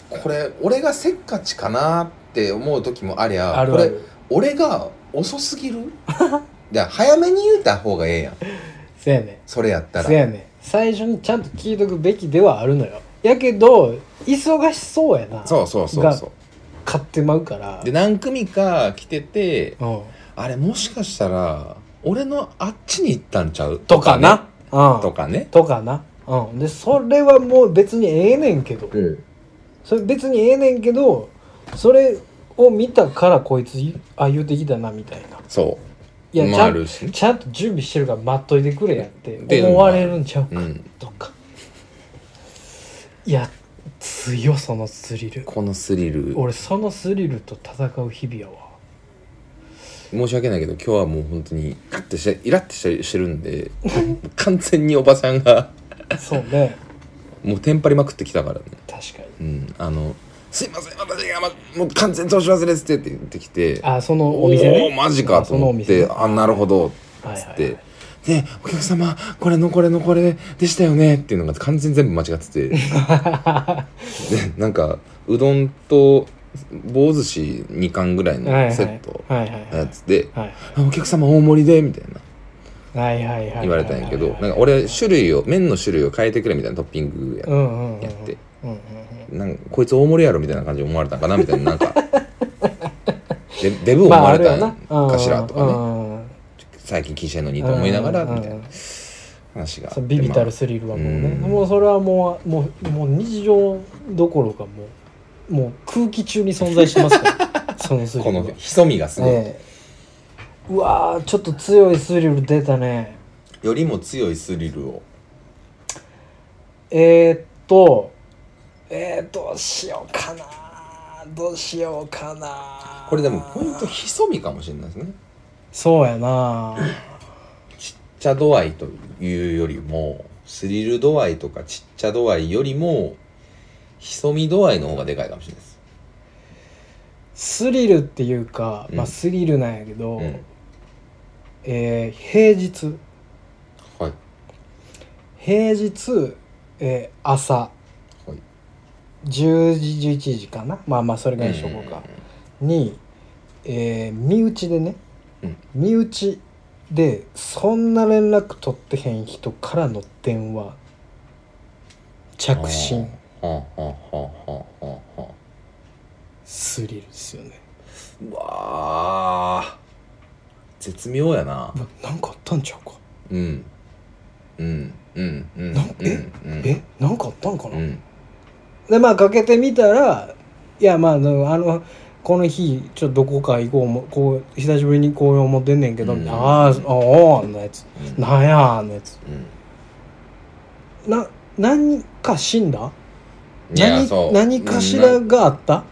[SPEAKER 1] これ俺がせっかちかなって思う時もありゃ
[SPEAKER 2] あるあ
[SPEAKER 1] これ
[SPEAKER 2] る
[SPEAKER 1] 俺が遅すぎ るじゃあ早めに言うた方がええやん
[SPEAKER 2] せやね
[SPEAKER 1] それやったら
[SPEAKER 2] せやね最初にちゃんと聞いとくべきではあるのよやけど忙しそうやな
[SPEAKER 1] そうそうそうそ
[SPEAKER 2] 買ってまうから
[SPEAKER 1] うで何組か来てて
[SPEAKER 2] うん、
[SPEAKER 1] あれもしかしたら俺のあっちに行ったんちゃう
[SPEAKER 2] とかなうん
[SPEAKER 1] とかね
[SPEAKER 2] とかなうんでそれはもう別にええねんけど
[SPEAKER 1] とかね
[SPEAKER 2] それ別にええねんけどそれを見たからこいつあ言うてきたなみたいな
[SPEAKER 1] そ
[SPEAKER 2] いや
[SPEAKER 1] まあ
[SPEAKER 2] ちゃ
[SPEAKER 1] ある
[SPEAKER 2] ん
[SPEAKER 1] しね
[SPEAKER 2] ちゃんと準備してるから待っといてくれやって
[SPEAKER 1] で
[SPEAKER 2] 思われるんちゃう
[SPEAKER 1] う、
[SPEAKER 2] か
[SPEAKER 1] うん、
[SPEAKER 2] とかいや強そのスリル
[SPEAKER 1] このスリル
[SPEAKER 2] 俺そのスリルと戦う日々やわ
[SPEAKER 1] 申し訳ないけど今日はもう本当にカッてしてイラッてしてしてるんで 完全におばさんが
[SPEAKER 2] そうね
[SPEAKER 1] もうテンパりまくってきたからね
[SPEAKER 2] 確かに
[SPEAKER 1] うんあの「すいません私が、ま、もう完全に投資忘れてて」って言ってきて
[SPEAKER 2] あそのお店
[SPEAKER 1] お
[SPEAKER 2] ね
[SPEAKER 1] ーマジかと思っ
[SPEAKER 2] そのお店
[SPEAKER 1] て
[SPEAKER 2] ね
[SPEAKER 1] 「あなるほど」
[SPEAKER 2] はい
[SPEAKER 1] つっ
[SPEAKER 2] はい
[SPEAKER 1] て
[SPEAKER 2] はい
[SPEAKER 1] 「ねお客様これのこれのこれでしたよね」っていうのが完全に全部間違ってて でなんかうどんと棒寿司2貫ぐらいの
[SPEAKER 2] はいはい
[SPEAKER 1] セット
[SPEAKER 2] はいはい
[SPEAKER 1] のやつで
[SPEAKER 2] はい
[SPEAKER 1] 「あお客様大盛りで」みたいな
[SPEAKER 2] はいはいはいはい
[SPEAKER 1] 言われたんやけど
[SPEAKER 2] はい
[SPEAKER 1] なんか俺種類を麺の種類を変えてくれみたいなトッピングや,、
[SPEAKER 2] うんうんうんうん
[SPEAKER 1] やって
[SPEAKER 2] うんうんうん
[SPEAKER 1] なんかこいつ大盛りやろみたいな感じで思われたんかなみたいな なんかでデブを
[SPEAKER 2] ま
[SPEAKER 1] 思
[SPEAKER 2] あ
[SPEAKER 1] われ
[SPEAKER 2] あるよ
[SPEAKER 1] た
[SPEAKER 2] なん
[SPEAKER 1] かしらとかね、
[SPEAKER 2] ね
[SPEAKER 1] 最近気にしてんのにと思いながらみたいな話があって
[SPEAKER 2] そうビビたる
[SPEAKER 1] ま
[SPEAKER 2] スリルはもうね、
[SPEAKER 1] うん
[SPEAKER 2] もうそれはもうもうもう日常どころかもうもう空気中に存在してますか らそのス
[SPEAKER 1] あ
[SPEAKER 2] リ
[SPEAKER 1] こ
[SPEAKER 2] ルは
[SPEAKER 1] の潜みがすごい、
[SPEAKER 2] ええうわーちょっと強いスリル出たね
[SPEAKER 1] よりも強いスリルを
[SPEAKER 2] えー、っとえー、どうしようかなどうしようかな
[SPEAKER 1] これでもポイント潜みかもしれないですね
[SPEAKER 2] そうやな
[SPEAKER 1] ちっちゃ度合いというよりもスリル度合いとかちっちゃ度合いよりも潜み度合いの方がでかいかもしれないです、
[SPEAKER 2] スリルっていうか、ま
[SPEAKER 1] うん
[SPEAKER 2] あ、スリルなんやけど、
[SPEAKER 1] うん
[SPEAKER 2] えー平日
[SPEAKER 1] はい
[SPEAKER 2] 平日、えー朝
[SPEAKER 1] はい
[SPEAKER 2] 10時11時かなまあまあそれぐらいにしとこうか、に、えー身内でね、
[SPEAKER 1] うん
[SPEAKER 2] 身内でそんな連絡取ってへん人からの電話着信
[SPEAKER 1] はあはあはあはあはあは
[SPEAKER 2] スリルですよね
[SPEAKER 1] あうわあ絶妙やな
[SPEAKER 2] うわなんかあったんちゃうか、
[SPEAKER 1] うんうんうんうん
[SPEAKER 2] なんえ
[SPEAKER 1] うん
[SPEAKER 2] えなんかあったんかな、
[SPEAKER 1] うん
[SPEAKER 2] でまあかけてみたらいやまああのあのこの日ちょっとどこか行こうもこう久しぶりに紅葉思ってんねんけど、
[SPEAKER 1] うん
[SPEAKER 2] ああおおのやつ
[SPEAKER 1] うん
[SPEAKER 2] なんやあのやつ
[SPEAKER 1] うん
[SPEAKER 2] な何か死んだ
[SPEAKER 1] いや
[SPEAKER 2] 何
[SPEAKER 1] そう
[SPEAKER 2] 何かしら
[SPEAKER 1] うん
[SPEAKER 2] があった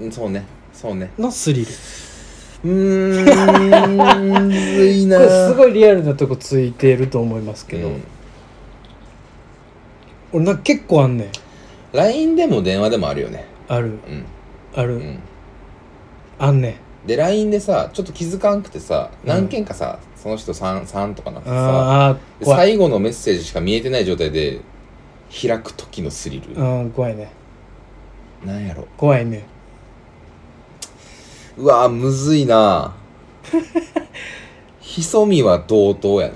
[SPEAKER 1] なそうねそうね
[SPEAKER 2] のスリル
[SPEAKER 1] う ーんむずいな
[SPEAKER 2] これすごいリアルなとこついてると思いますけど、
[SPEAKER 1] うん
[SPEAKER 2] 俺なんか結構あんねん
[SPEAKER 1] LINE でも電話でもあるよね
[SPEAKER 2] ある
[SPEAKER 1] うん
[SPEAKER 2] ある、
[SPEAKER 1] うん
[SPEAKER 2] あんねん
[SPEAKER 1] で LINE でさちょっと気づかんくてさ何件かさ、その人 3, 3とかなってさ
[SPEAKER 2] あーあー
[SPEAKER 1] で
[SPEAKER 2] 怖い
[SPEAKER 1] 最後のメッセージしか見えてない状態で開く時のスリル、
[SPEAKER 2] うん怖いね
[SPEAKER 1] なんやろ
[SPEAKER 2] 怖いね
[SPEAKER 1] うわーむずい な潜みは同等やな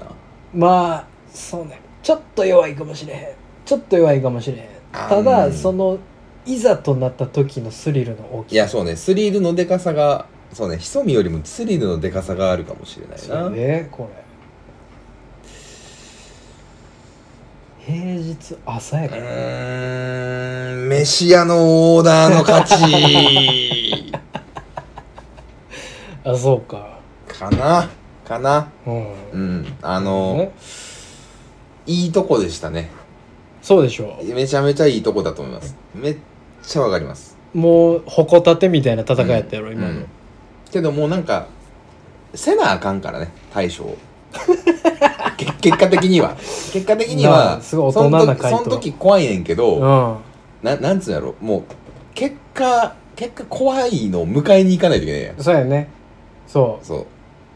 [SPEAKER 2] まあそうねちょっと弱いかもしれへんちょっと弱いかもしれへん
[SPEAKER 1] あー
[SPEAKER 2] た
[SPEAKER 1] う
[SPEAKER 2] だ
[SPEAKER 1] ん
[SPEAKER 2] そのいざとなった時のスリルの大き
[SPEAKER 1] い
[SPEAKER 2] さ
[SPEAKER 1] やそうねスリルのでかさがそうね潜みよりもスリルのでかさがあるかもしれない
[SPEAKER 2] そう
[SPEAKER 1] な、
[SPEAKER 2] やねこれ平日朝や
[SPEAKER 1] う
[SPEAKER 2] から、
[SPEAKER 1] ーん飯屋のオーダーの勝ち
[SPEAKER 2] あそうか
[SPEAKER 1] かなかな
[SPEAKER 2] うん、
[SPEAKER 1] うんあの、
[SPEAKER 2] ね
[SPEAKER 1] いいとこでしたね
[SPEAKER 2] そうでしょ
[SPEAKER 1] めちゃめちゃいいとこだと思いますめっちゃわかります
[SPEAKER 2] うもう矛盾みたいな戦いやったやろ、今
[SPEAKER 1] う
[SPEAKER 2] の
[SPEAKER 1] ん、けどもうなんかせなあかんからね大将を け結果的には結果的に
[SPEAKER 2] なあ
[SPEAKER 1] は
[SPEAKER 2] すごい大人
[SPEAKER 1] そん時
[SPEAKER 2] な回答
[SPEAKER 1] その時怖いねんけど、
[SPEAKER 2] うん、
[SPEAKER 1] ななんつうんやろもう結果結果怖いのを迎えに行かないといけないやん
[SPEAKER 2] そうやねそう
[SPEAKER 1] そう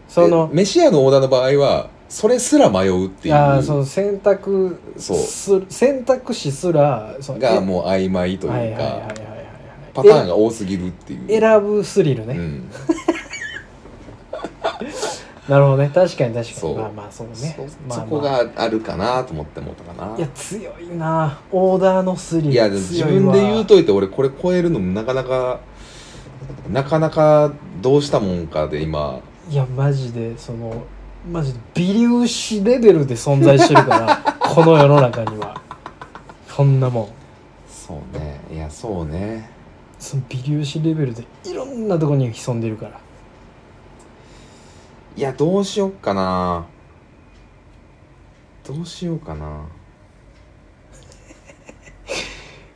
[SPEAKER 2] その
[SPEAKER 1] で飯屋のオーダーの場合はそれすら迷うっていう
[SPEAKER 2] あーその選択
[SPEAKER 1] そう
[SPEAKER 2] す選択肢すらその
[SPEAKER 1] が
[SPEAKER 2] え
[SPEAKER 1] もう曖昧と
[SPEAKER 2] はいいうはいはいはい
[SPEAKER 1] か
[SPEAKER 2] はいはい
[SPEAKER 1] パターンが多すぎるっていう
[SPEAKER 2] え選ぶスリルね、
[SPEAKER 1] うん
[SPEAKER 2] なるほどね確かに確か
[SPEAKER 1] そ
[SPEAKER 2] に
[SPEAKER 1] う
[SPEAKER 2] まあまあそうね
[SPEAKER 1] そ
[SPEAKER 2] まあまあ
[SPEAKER 1] そこがあるかなと思ってもうたかない
[SPEAKER 2] や強いなオーダーのスリル
[SPEAKER 1] いやでも自分で言うといて俺これ超えるのもなかなかなかなかどうしたもんかで今
[SPEAKER 2] いやマジでそのマジで微粒子レベルで存在してるから この世の中にはそんなもん
[SPEAKER 1] そうねいやそうね
[SPEAKER 2] その微粒子レベルでいろんなとこに潜んでるから
[SPEAKER 1] いやどうしよっかなどうしようかな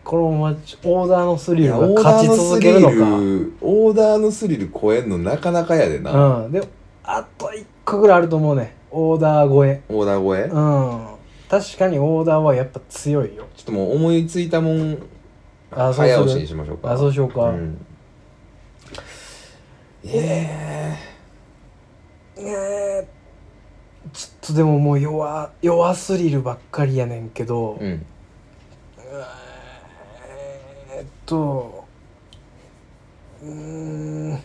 [SPEAKER 2] このままオーダーのス
[SPEAKER 1] い
[SPEAKER 2] リル
[SPEAKER 1] や
[SPEAKER 2] が
[SPEAKER 1] オーダ
[SPEAKER 2] 勝
[SPEAKER 1] ー
[SPEAKER 2] ち
[SPEAKER 1] のス
[SPEAKER 2] 続
[SPEAKER 1] リ
[SPEAKER 2] け
[SPEAKER 1] ル
[SPEAKER 2] るの
[SPEAKER 1] オーダーのスリル超えんのなかなかやでな、
[SPEAKER 2] かうんであと一個ぐらいあると思うねオーダー超え
[SPEAKER 1] オーダー超え、
[SPEAKER 2] う
[SPEAKER 1] ちょ
[SPEAKER 2] ん確かにオーダーはやっぱ強いよ
[SPEAKER 1] っともう思いついたもん
[SPEAKER 2] あ
[SPEAKER 1] 早
[SPEAKER 2] そうす
[SPEAKER 1] 押
[SPEAKER 2] る
[SPEAKER 1] しにしましょうか
[SPEAKER 2] あそうしようか、
[SPEAKER 1] うんえ
[SPEAKER 2] えーちょっとでももう弱弱スリルばっかりやねんけど、
[SPEAKER 1] ーうん
[SPEAKER 2] えーっとうーん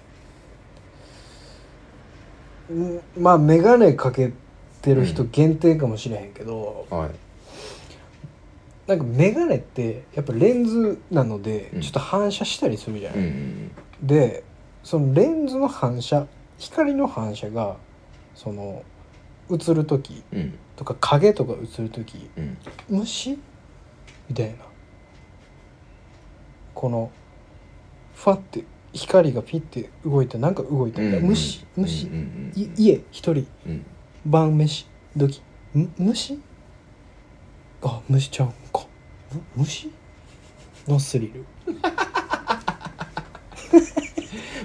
[SPEAKER 2] うんまあ眼鏡かけてる人
[SPEAKER 1] うん
[SPEAKER 2] 限定かもしれへんけど、
[SPEAKER 1] はい
[SPEAKER 2] なんか眼鏡ってやっぱレンズなので
[SPEAKER 1] うん
[SPEAKER 2] ちょっと反射したりするじゃない、
[SPEAKER 1] ん
[SPEAKER 2] でそのレンズの反射光の反射がその映る時
[SPEAKER 1] うん
[SPEAKER 2] とか影とか映る時
[SPEAKER 1] うん
[SPEAKER 2] 虫みたいなこのファって光がピッて動いてなんか動いた、虫虫、
[SPEAKER 1] うん
[SPEAKER 2] い家一人
[SPEAKER 1] うん
[SPEAKER 2] 晩飯時む虫あ虫ちゃうんかむ虫のスリル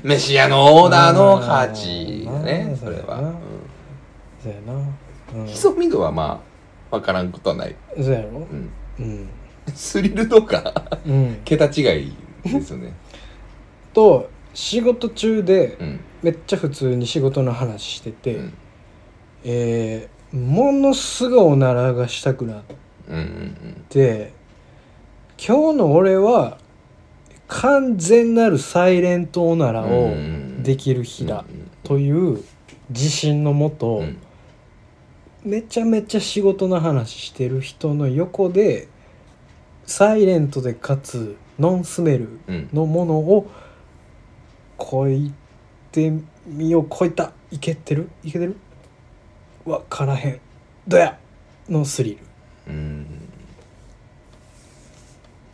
[SPEAKER 1] 飯屋のオーダーの価値ね
[SPEAKER 2] うん
[SPEAKER 1] それは、
[SPEAKER 2] う
[SPEAKER 1] うんん、
[SPEAKER 2] そうやな、うん、
[SPEAKER 1] 潜み度はまあ分からんことはない、
[SPEAKER 2] そうやろ
[SPEAKER 1] うん、
[SPEAKER 2] うん、
[SPEAKER 1] スリルとか
[SPEAKER 2] うん、
[SPEAKER 1] 桁違いですよね、
[SPEAKER 2] と仕事中で
[SPEAKER 1] うん
[SPEAKER 2] めっちゃ普通に仕事の話してて、
[SPEAKER 1] うん
[SPEAKER 2] えーものすごいおならがしたくなっ
[SPEAKER 1] うんうん
[SPEAKER 2] て今日の俺は完全なるサイレントおならをできる日だという自信のもと、
[SPEAKER 1] うん
[SPEAKER 2] めちゃめちゃ仕事の話してる人の横でサイレントでかつノンスメル
[SPEAKER 1] うん
[SPEAKER 2] のものを超えてみよう超えたいけてるいけてるわからへんどやのスリ
[SPEAKER 1] うん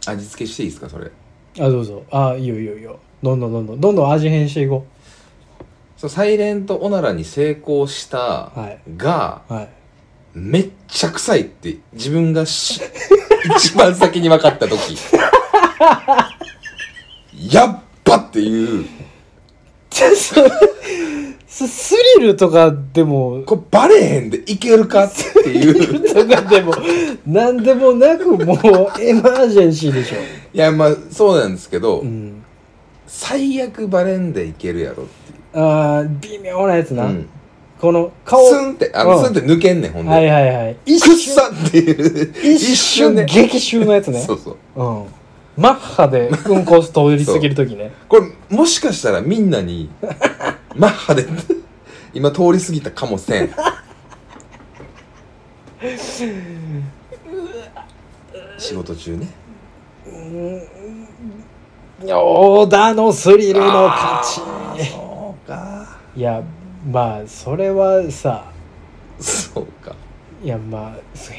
[SPEAKER 1] 味付けしていいですかそれ
[SPEAKER 2] ルあどうぞあいいよいいよいいよどんどんどんどんどんどん味変していこ
[SPEAKER 1] そうサイレントオナラに成功した
[SPEAKER 2] はい
[SPEAKER 1] が、
[SPEAKER 2] うはい
[SPEAKER 1] めっちゃ臭いって自分がし 一番先に分かった時やっばっていう
[SPEAKER 2] ちょっとそ スリルとかでも
[SPEAKER 1] これバレへんでいけるかって いう
[SPEAKER 2] とかでも何でもなくもうエマージェンシーでしょ、
[SPEAKER 1] いやまあそうなんですけど、
[SPEAKER 2] うん、
[SPEAKER 1] 最悪バレんでいけるやろっていう
[SPEAKER 2] あー微妙なやつな、
[SPEAKER 1] うん
[SPEAKER 2] この顔
[SPEAKER 1] スンってあの、
[SPEAKER 2] うん
[SPEAKER 1] スンって抜けんねんほんで、
[SPEAKER 2] はいはいはい一
[SPEAKER 1] くっ
[SPEAKER 2] 瞬
[SPEAKER 1] さっていう
[SPEAKER 2] 一瞬
[SPEAKER 1] ね
[SPEAKER 2] 激臭のやつね
[SPEAKER 1] そうそう
[SPEAKER 2] うんマッハでうんこ通り過ぎるときね
[SPEAKER 1] これもしかしたらみんな にマッハで今通り過ぎたかもせん仕事中ね
[SPEAKER 2] 織田のスリルの勝ち
[SPEAKER 1] そうか
[SPEAKER 2] いやまあそれはさ
[SPEAKER 1] そうか
[SPEAKER 2] いやまあ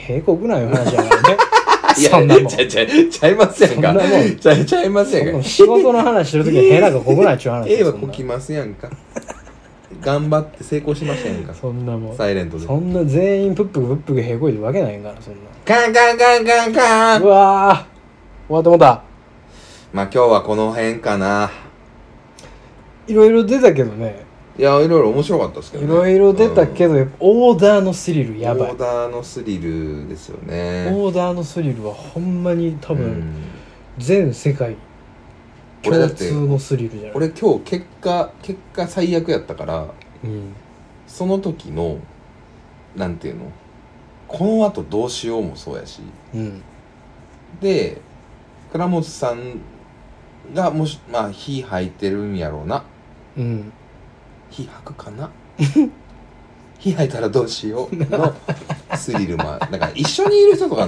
[SPEAKER 2] 平国ないう話じゃないね
[SPEAKER 1] いや
[SPEAKER 2] そんなもん
[SPEAKER 1] ちゃいちゃいちゃいませんか
[SPEAKER 2] そんなもん
[SPEAKER 1] ちゃいちゃいませ
[SPEAKER 2] そんなんもん
[SPEAKER 1] か
[SPEAKER 2] 仕事の話してるときに平がこくないっちゅ う話
[SPEAKER 1] A は
[SPEAKER 2] そん
[SPEAKER 1] こ
[SPEAKER 2] な
[SPEAKER 1] きますやんか頑張って成功しましたやんか
[SPEAKER 2] そんなもん
[SPEAKER 1] サイレントで
[SPEAKER 2] そんな全員プップクプップク平こいてるわけないからそんな
[SPEAKER 1] カンカンカンカンカ
[SPEAKER 2] う
[SPEAKER 1] ン
[SPEAKER 2] わー終わってもうた
[SPEAKER 1] まあ今日はこの辺かない
[SPEAKER 2] ろいろ出たけどね
[SPEAKER 1] いやいろいろ面白かったですけど、
[SPEAKER 2] い
[SPEAKER 1] ね、
[SPEAKER 2] ろいろ出た
[SPEAKER 1] うん
[SPEAKER 2] けど、やっぱオーダーのスリルやばい
[SPEAKER 1] オーダーのスリルですよね
[SPEAKER 2] オーダーのスリルはほんまに多
[SPEAKER 1] う
[SPEAKER 2] 分
[SPEAKER 1] ん
[SPEAKER 2] 全世界
[SPEAKER 1] 俺だ
[SPEAKER 2] 共
[SPEAKER 1] って
[SPEAKER 2] 通のスリルじゃない、
[SPEAKER 1] 俺今日結果結果最悪やったから
[SPEAKER 2] うん、
[SPEAKER 1] その時のなんていうのこの後どうしようもそうやし
[SPEAKER 2] うん、
[SPEAKER 1] で倉本さんがもしまあ火吐いてるんやろうな
[SPEAKER 2] うん、
[SPEAKER 1] 火吐くか な火吐いたらどうしようのスリルもあるだから一緒にいる人とか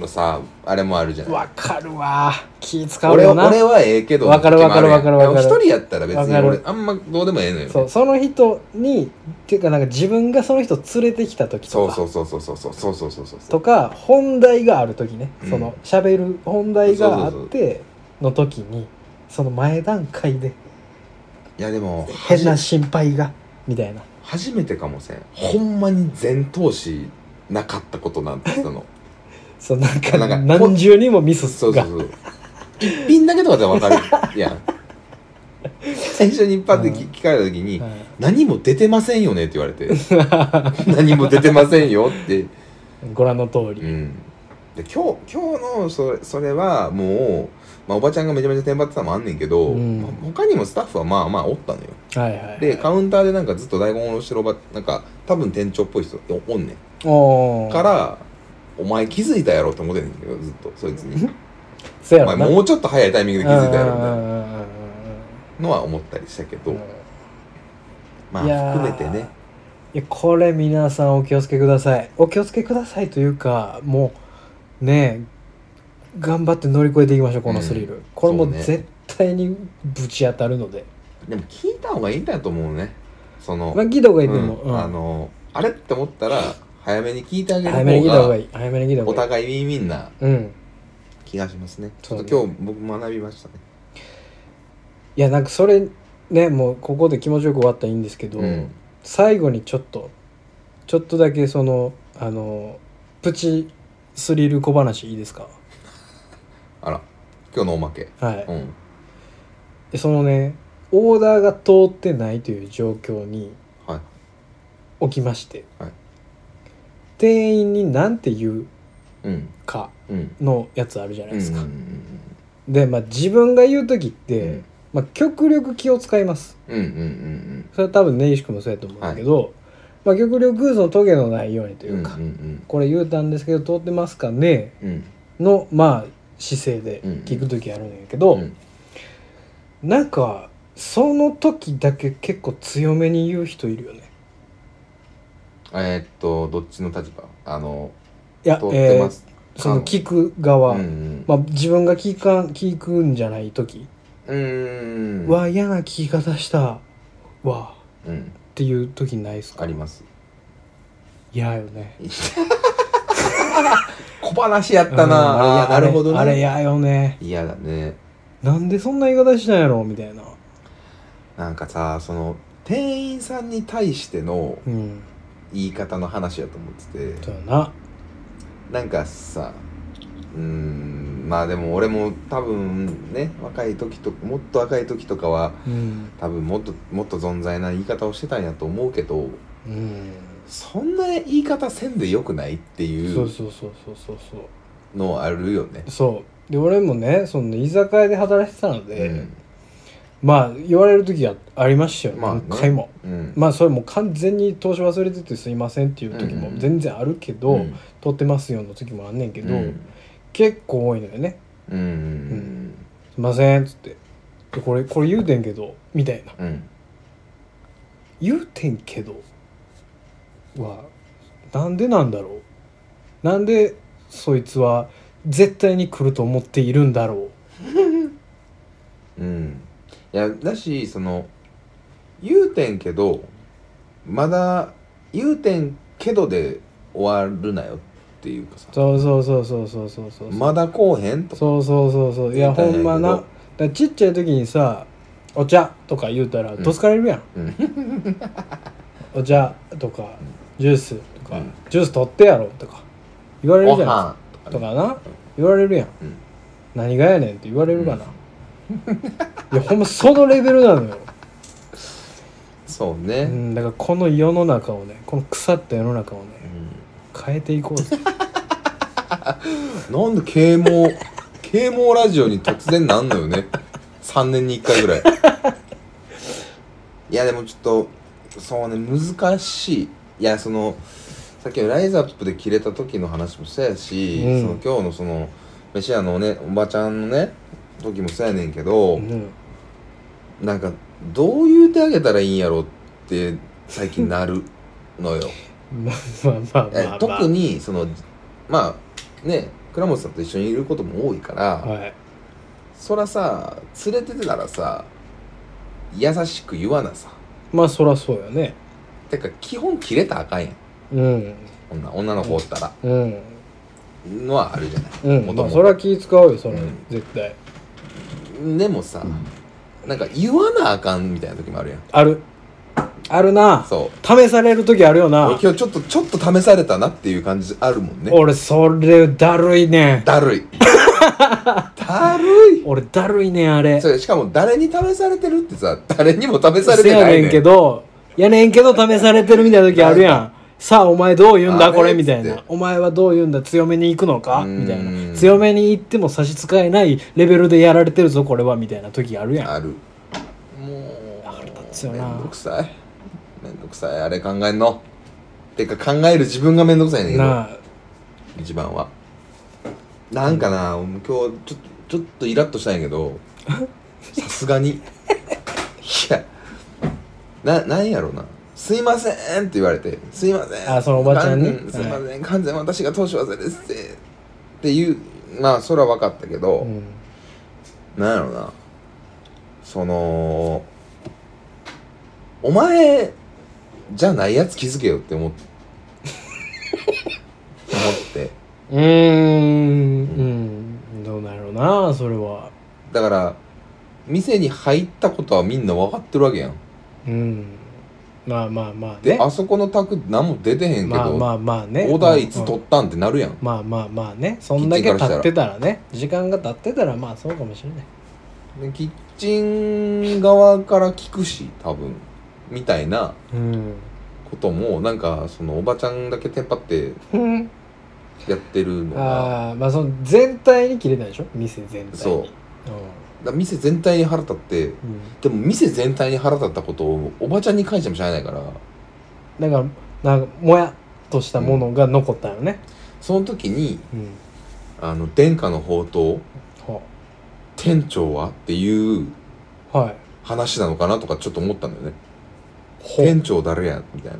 [SPEAKER 1] のさあれもあるじゃない
[SPEAKER 2] わかるわ気使う
[SPEAKER 1] 俺は
[SPEAKER 2] よな
[SPEAKER 1] 俺はええけど
[SPEAKER 2] わかるわかる
[SPEAKER 1] 時もあやん
[SPEAKER 2] わかるわかる
[SPEAKER 1] でも一人やったら別
[SPEAKER 2] わ
[SPEAKER 1] に
[SPEAKER 2] かる
[SPEAKER 1] 俺あんまどうでもええのよ
[SPEAKER 2] そうその人にっていうかなんか自分がその人連れてきた時
[SPEAKER 1] そ
[SPEAKER 2] と
[SPEAKER 1] う
[SPEAKER 2] か
[SPEAKER 1] そうそうそうそうそうそうそうそうそう
[SPEAKER 2] とか本題がある時ね、
[SPEAKER 1] うん
[SPEAKER 2] その喋る本題があ
[SPEAKER 1] そうそう
[SPEAKER 2] っての時にその前段階で
[SPEAKER 1] いやでも
[SPEAKER 2] 変な心配がみたいな
[SPEAKER 1] 初めてかもせんほんまに全投資なかったことなんて言ったの
[SPEAKER 2] そうなんか
[SPEAKER 1] なんか
[SPEAKER 2] 何重にもミス
[SPEAKER 1] そうそ
[SPEAKER 2] が
[SPEAKER 1] うそう一品だけとかじゃわかるやん最初に一発で聞
[SPEAKER 2] うん
[SPEAKER 1] 聞かれた時に
[SPEAKER 2] はい
[SPEAKER 1] 「何も出てませんよね」って言われて「何も出てませんよ」って
[SPEAKER 2] ご覧の通り、
[SPEAKER 1] うんで今日今日のそれそれはもう、まあ、おばちゃんがめちゃめちゃテンパってたのもあんねんけど、
[SPEAKER 2] うん
[SPEAKER 1] まあ他にもスタッフはまあまあおったのよ
[SPEAKER 2] はいはいはい
[SPEAKER 1] でカウンターでなんかずっと大根おろしてるおばなんか多分店長っぽい人おおんねん
[SPEAKER 2] おー
[SPEAKER 1] から「お前気づいたやろ」って思ってんねんけどずっとそいつに
[SPEAKER 2] そう
[SPEAKER 1] 「
[SPEAKER 2] や
[SPEAKER 1] お
[SPEAKER 2] ろ
[SPEAKER 1] 前
[SPEAKER 2] な
[SPEAKER 1] もうちょっと早いタイ ミングで気づいたやろ」みたいな
[SPEAKER 2] た
[SPEAKER 1] のは思ったりしたけど、
[SPEAKER 2] い
[SPEAKER 1] ま
[SPEAKER 2] いや
[SPEAKER 1] あ
[SPEAKER 2] ー
[SPEAKER 1] 含めてね
[SPEAKER 2] やこれ皆さんお気をつけくださいお気をつけくださいというかもうねえ頑張って乗り越えていきましょうこのスリル、
[SPEAKER 1] うん
[SPEAKER 2] これもう
[SPEAKER 1] そうね
[SPEAKER 2] 絶対にぶち当たるので、
[SPEAKER 1] でも聞いた方がいいんだと思うねその、
[SPEAKER 2] まあ聞いた方がいいでも、
[SPEAKER 1] うん
[SPEAKER 2] うん
[SPEAKER 1] あのあれって思ったら早めに聞いてあげる
[SPEAKER 2] 早めに聞いた
[SPEAKER 1] 方
[SPEAKER 2] 方が
[SPEAKER 1] が
[SPEAKER 2] いい早めに聞いた
[SPEAKER 1] お
[SPEAKER 2] 方がいい
[SPEAKER 1] 互いウィンウィンな
[SPEAKER 2] うん
[SPEAKER 1] 気がしますねち
[SPEAKER 2] そう
[SPEAKER 1] ょ
[SPEAKER 2] ね
[SPEAKER 1] っと今日僕学びましたね
[SPEAKER 2] いやなんかそれねもうここで気持ちよく終わったらいいんですけど、
[SPEAKER 1] うん
[SPEAKER 2] 最後にちょっとちょっとだけそのあのプチスリル小話いいですか
[SPEAKER 1] あら今日のおまけ
[SPEAKER 2] はい、
[SPEAKER 1] うん
[SPEAKER 2] でそのねオーダーが通ってないという状況に
[SPEAKER 1] はい
[SPEAKER 2] 起きまして、
[SPEAKER 1] はい
[SPEAKER 2] 店員に何て言う
[SPEAKER 1] うん
[SPEAKER 2] か
[SPEAKER 1] うん
[SPEAKER 2] のやつあるじゃないですか、
[SPEAKER 1] うんうん
[SPEAKER 2] で、まあ、自分が言う時って、
[SPEAKER 1] うん
[SPEAKER 2] まあ、極力気を使います
[SPEAKER 1] うんうんうん
[SPEAKER 2] それは多分根岸君もそうやと思うんだけど、まあ、極力そのトゲのないようにと
[SPEAKER 1] う
[SPEAKER 2] い
[SPEAKER 1] んうん
[SPEAKER 2] うか、
[SPEAKER 1] うん
[SPEAKER 2] これ言うたんですけど通ってますかね
[SPEAKER 1] うんうん
[SPEAKER 2] のまあ姿勢で聞く時あるんやけど、
[SPEAKER 1] うん
[SPEAKER 2] なんかその時だけ結構強めに言う人いるよね
[SPEAKER 1] えーっとどっちの立場あの
[SPEAKER 2] いや
[SPEAKER 1] 通ってます、
[SPEAKER 2] えーその聞く側、
[SPEAKER 1] うんうん
[SPEAKER 2] まあ、自分が聞かん聞くんじゃない時
[SPEAKER 1] うーん
[SPEAKER 2] は、わ嫌な聞き方したわ
[SPEAKER 1] うん
[SPEAKER 2] っていう時ないですか
[SPEAKER 1] あります
[SPEAKER 2] 嫌よね
[SPEAKER 1] 小話やった
[SPEAKER 2] うんあれ
[SPEAKER 1] な、
[SPEAKER 2] 嫌
[SPEAKER 1] あーな
[SPEAKER 2] だ
[SPEAKER 1] るほどね
[SPEAKER 2] あれ嫌よね
[SPEAKER 1] 嫌だね
[SPEAKER 2] なんでそんな言い方したんやろみたいな
[SPEAKER 1] なんかさその店員さんに対しての
[SPEAKER 2] うん
[SPEAKER 1] 言い方の話やと思ってて
[SPEAKER 2] そうやな
[SPEAKER 1] なんかさうーんまあでも俺も多分ね若い時ともっと若い時とかは
[SPEAKER 2] うん
[SPEAKER 1] 多分もっともっと存在な言い方をしてたんやと思うけど
[SPEAKER 2] うん
[SPEAKER 1] そんな言い方せんでよくないってい
[SPEAKER 2] そう
[SPEAKER 1] う
[SPEAKER 2] そうそうそうそうそう
[SPEAKER 1] のあるよね。
[SPEAKER 2] そうで俺もねその居酒屋で働いてたので、
[SPEAKER 1] うん
[SPEAKER 2] まあ言われる時がありましたよ、
[SPEAKER 1] まあね
[SPEAKER 2] 何回も
[SPEAKER 1] うん
[SPEAKER 2] まあそれもう完全に投資忘れててすいませんっていう時も全然あるけど、
[SPEAKER 1] うん
[SPEAKER 2] 取ってますよの時もあんねんけど、
[SPEAKER 1] うん
[SPEAKER 2] 結構多いのよね
[SPEAKER 1] うんうん
[SPEAKER 2] 「すいません」っつってで「これこれ言うてんけど」みたいな
[SPEAKER 1] うん
[SPEAKER 2] 「言うてんけど」はなんでなんだろうなんでそいつは絶対に来ると思っているんだろ
[SPEAKER 1] うんいやだしその言うてんけどまだ言うてんけどで終わるなよっていうかさ
[SPEAKER 2] うそうそうそうそうそうそうそう
[SPEAKER 1] まだこうへんと
[SPEAKER 2] そうそうそうそういやほんまなだ
[SPEAKER 1] みたいなんや
[SPEAKER 2] からちっちゃい時にさ「お茶」とか言うたら
[SPEAKER 1] うん
[SPEAKER 2] どつかれるやん、
[SPEAKER 1] うん
[SPEAKER 2] お茶とかジュースとか、
[SPEAKER 1] うん
[SPEAKER 2] ジュース取ってやろとか言われる
[SPEAKER 1] ご
[SPEAKER 2] じゃない
[SPEAKER 1] 飯
[SPEAKER 2] で
[SPEAKER 1] と
[SPEAKER 2] すかと
[SPEAKER 1] かね
[SPEAKER 2] かな言われるやん、
[SPEAKER 1] うん
[SPEAKER 2] 何がやねんって言われるかな、 いやほんまそのレベルなのよ、
[SPEAKER 1] そう
[SPEAKER 2] う
[SPEAKER 1] ね
[SPEAKER 2] ん、だからこの世の中をねこの腐った世の中を
[SPEAKER 1] う
[SPEAKER 2] ね
[SPEAKER 1] ん
[SPEAKER 2] 変えていこ うぜ
[SPEAKER 1] なんで啓蒙 啓蒙ラジオに突然なんのよね3年に1回ぐらい いやでもちょっとそうね難しいいやそのさっきのライズアップで切れた時の話もそうやし、
[SPEAKER 2] うん
[SPEAKER 1] その今日のその飯屋のねおばちゃんのね時もそうやねんけど、
[SPEAKER 2] うん
[SPEAKER 1] なんかどう言うてあげたらいいんやろって最近なるのよ
[SPEAKER 2] まあまあまあ
[SPEAKER 1] え
[SPEAKER 2] まあ、まあ、
[SPEAKER 1] 特にそのまあね倉本さんと一緒にいることも多いから、
[SPEAKER 2] はい
[SPEAKER 1] そらさ連れててたらさ優しく言わなさ
[SPEAKER 2] まあそらそうよね
[SPEAKER 1] てか基本切れたらあかんやん
[SPEAKER 2] うん
[SPEAKER 1] 女女の子おったら、
[SPEAKER 2] うん
[SPEAKER 1] のはあるじゃな
[SPEAKER 2] うん、
[SPEAKER 1] 元々
[SPEAKER 2] まあ、それは気使うよそれ、
[SPEAKER 1] うん
[SPEAKER 2] 絶対
[SPEAKER 1] いでもさ、なんか言わなあかんみたいな時もあるやん
[SPEAKER 2] あるあるな
[SPEAKER 1] そう
[SPEAKER 2] 試される時あるよな
[SPEAKER 1] 俺今日ちょっとちょっと試されたなっていう感じあるもんね
[SPEAKER 2] 俺それだるいねん
[SPEAKER 1] だ るいだるい
[SPEAKER 2] 俺だるいねんあれ
[SPEAKER 1] それしかも誰に試されてるってさ誰にも試され
[SPEAKER 2] せ
[SPEAKER 1] て
[SPEAKER 2] や
[SPEAKER 1] ない
[SPEAKER 2] ね
[SPEAKER 1] ね
[SPEAKER 2] ん
[SPEAKER 1] ん
[SPEAKER 2] けどやねんけど試されてるみたいな時あるやんさあお前どう言うん
[SPEAKER 1] あ
[SPEAKER 2] だ
[SPEAKER 1] れ
[SPEAKER 2] これみたい
[SPEAKER 1] つっ
[SPEAKER 2] な
[SPEAKER 1] て
[SPEAKER 2] お前はどう言うんだ強めに行くのか
[SPEAKER 1] うん
[SPEAKER 2] みたいな強めに行っても差し支えないレベルでやられてるぞこれはみたいな時あるやん
[SPEAKER 1] あるもう
[SPEAKER 2] つよ
[SPEAKER 1] め
[SPEAKER 2] なん
[SPEAKER 1] どくさいめんどくさいあれ考えんのてか考える自分がめんどくさいねんけど
[SPEAKER 2] なあ
[SPEAKER 1] 一番はなんかな、俺も今日ちょっとちょっとイラッとしたんやけ どさすがにいやななんやろな「すいません」って言われて「すいません」
[SPEAKER 2] あそのおばちゃんに
[SPEAKER 1] うすいません、完全私が当初はですって」っていうまあそれは分かったけど、
[SPEAKER 2] うん
[SPEAKER 1] なんやろなそのお前じゃないやつ気づけよって思って思って
[SPEAKER 2] うーんうんどうなんやろうなそれは
[SPEAKER 1] だから店に入ったことはみんな分かってるわけやん
[SPEAKER 2] うんまあまあまあ
[SPEAKER 1] で
[SPEAKER 2] ね
[SPEAKER 1] あそこの宅何も出てへんけ
[SPEAKER 2] まあ
[SPEAKER 1] ど、
[SPEAKER 2] まあまあね
[SPEAKER 1] お題いつ取ったんってなるやん、
[SPEAKER 2] まあまあまあねそんだけ
[SPEAKER 1] キッチンからした
[SPEAKER 2] 経
[SPEAKER 1] ら
[SPEAKER 2] ってたらね時間が経ってたらまあそうかもしれない
[SPEAKER 1] でキッチン側から聞くし多分みたいな
[SPEAKER 2] うん
[SPEAKER 1] こともなんかそのおばちゃんだけテンパってやってるのが
[SPEAKER 2] ああまあその全体に切れないでしょ店全体に
[SPEAKER 1] そうだから店全体に腹立って
[SPEAKER 2] うん、うん、
[SPEAKER 1] でも店全体に腹立ったことをおばちゃんに返してもしゃあないから
[SPEAKER 2] だからなんかもやっとしたものが残ったよね
[SPEAKER 1] その時に
[SPEAKER 2] うん
[SPEAKER 1] あの殿下の宝刀
[SPEAKER 2] は
[SPEAKER 1] 店長はっていう
[SPEAKER 2] はい
[SPEAKER 1] 話なのかなとかちょっと思ったんだよね
[SPEAKER 2] ほ
[SPEAKER 1] 店長誰やみたいな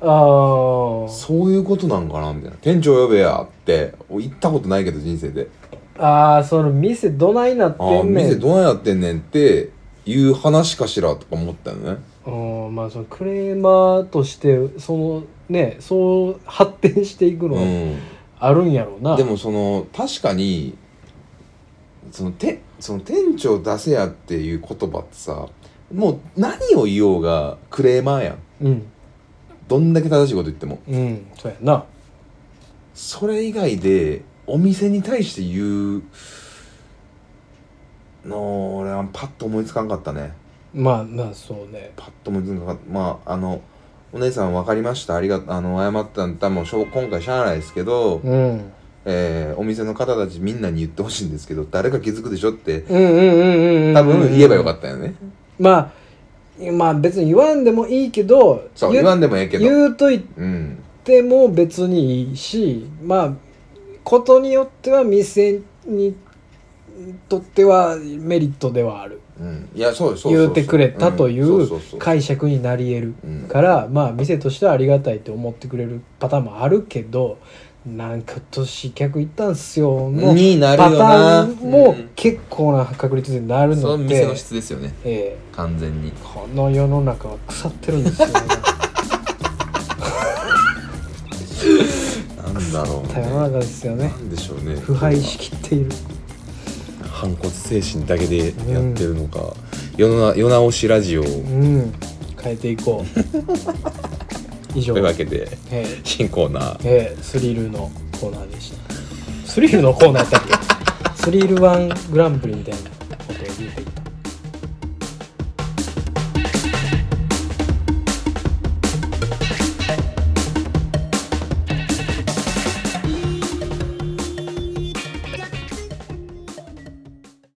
[SPEAKER 2] あー
[SPEAKER 1] そういうことなんかなみたいな店長呼べやって俺行ったことないけど人生で
[SPEAKER 2] あーその店どないなっ
[SPEAKER 1] あ
[SPEAKER 2] て
[SPEAKER 1] あ
[SPEAKER 2] んねん
[SPEAKER 1] 店どうやってんねんっていう話かしらとか思ったよね
[SPEAKER 2] うんまあそのクレーマーとしてそのねそう発展していくのが
[SPEAKER 1] う
[SPEAKER 2] あるんやろうな、
[SPEAKER 1] んでもその確かにそのてその店長出せやっていう言葉ってさもう何を言おうがクレーマーやん
[SPEAKER 2] うん
[SPEAKER 1] どんだけ正しいこと言っても
[SPEAKER 2] うんそうやな
[SPEAKER 1] それ以外でお店に対して言うの俺はパッと思いつかんかったね
[SPEAKER 2] まあまあそうね
[SPEAKER 1] パッと思いつかんかったまああのお姉さん分かりましたありがあの謝ったんだもうしょう今回しゃあないですけど、
[SPEAKER 2] うん
[SPEAKER 1] えーお店の方たちみんなに言ってほしいんですけど誰か気づくでしょって
[SPEAKER 2] うんうんうんうんうん
[SPEAKER 1] 多分言えばよか
[SPEAKER 2] っ
[SPEAKER 1] ったよね、
[SPEAKER 2] たまあまあ別に言わんでもいいけど
[SPEAKER 1] そう
[SPEAKER 2] 言
[SPEAKER 1] 言わんでもええけど
[SPEAKER 2] 言うとい
[SPEAKER 1] うん
[SPEAKER 2] ても別にいいしまあことによっては店にとってはメリットではある
[SPEAKER 1] うんいやそうそうそうそう
[SPEAKER 2] 言うてくれたとい
[SPEAKER 1] ん
[SPEAKER 2] う
[SPEAKER 1] そうそうそう
[SPEAKER 2] 解釈になり得る
[SPEAKER 1] うん
[SPEAKER 2] からまあ店としてはありがたいと思ってくれるパターンもあるけどなんか今年客行ったんすよの
[SPEAKER 1] にな
[SPEAKER 2] パ
[SPEAKER 1] る
[SPEAKER 2] タ
[SPEAKER 1] よな
[SPEAKER 2] ーンも
[SPEAKER 1] うん
[SPEAKER 2] 結構な確率でなる
[SPEAKER 1] その
[SPEAKER 2] の
[SPEAKER 1] 店
[SPEAKER 2] で
[SPEAKER 1] の、質ですよね
[SPEAKER 2] ええ
[SPEAKER 1] 完全に
[SPEAKER 2] この世の中は腐ってる んですよ、ね、
[SPEAKER 1] なんだろう
[SPEAKER 2] 世の中ですよね
[SPEAKER 1] なんでしょうね
[SPEAKER 2] 腐敗しきっている
[SPEAKER 1] 反骨精神だけでやってるのか、世の世直しラジオを
[SPEAKER 2] うん変えていこ う以上
[SPEAKER 1] というわけで
[SPEAKER 2] え
[SPEAKER 1] 新コーナー
[SPEAKER 2] えええスリルのコーナーでしたスリルのコーナーやったっけスリルワングランプリみたいなことを言うていた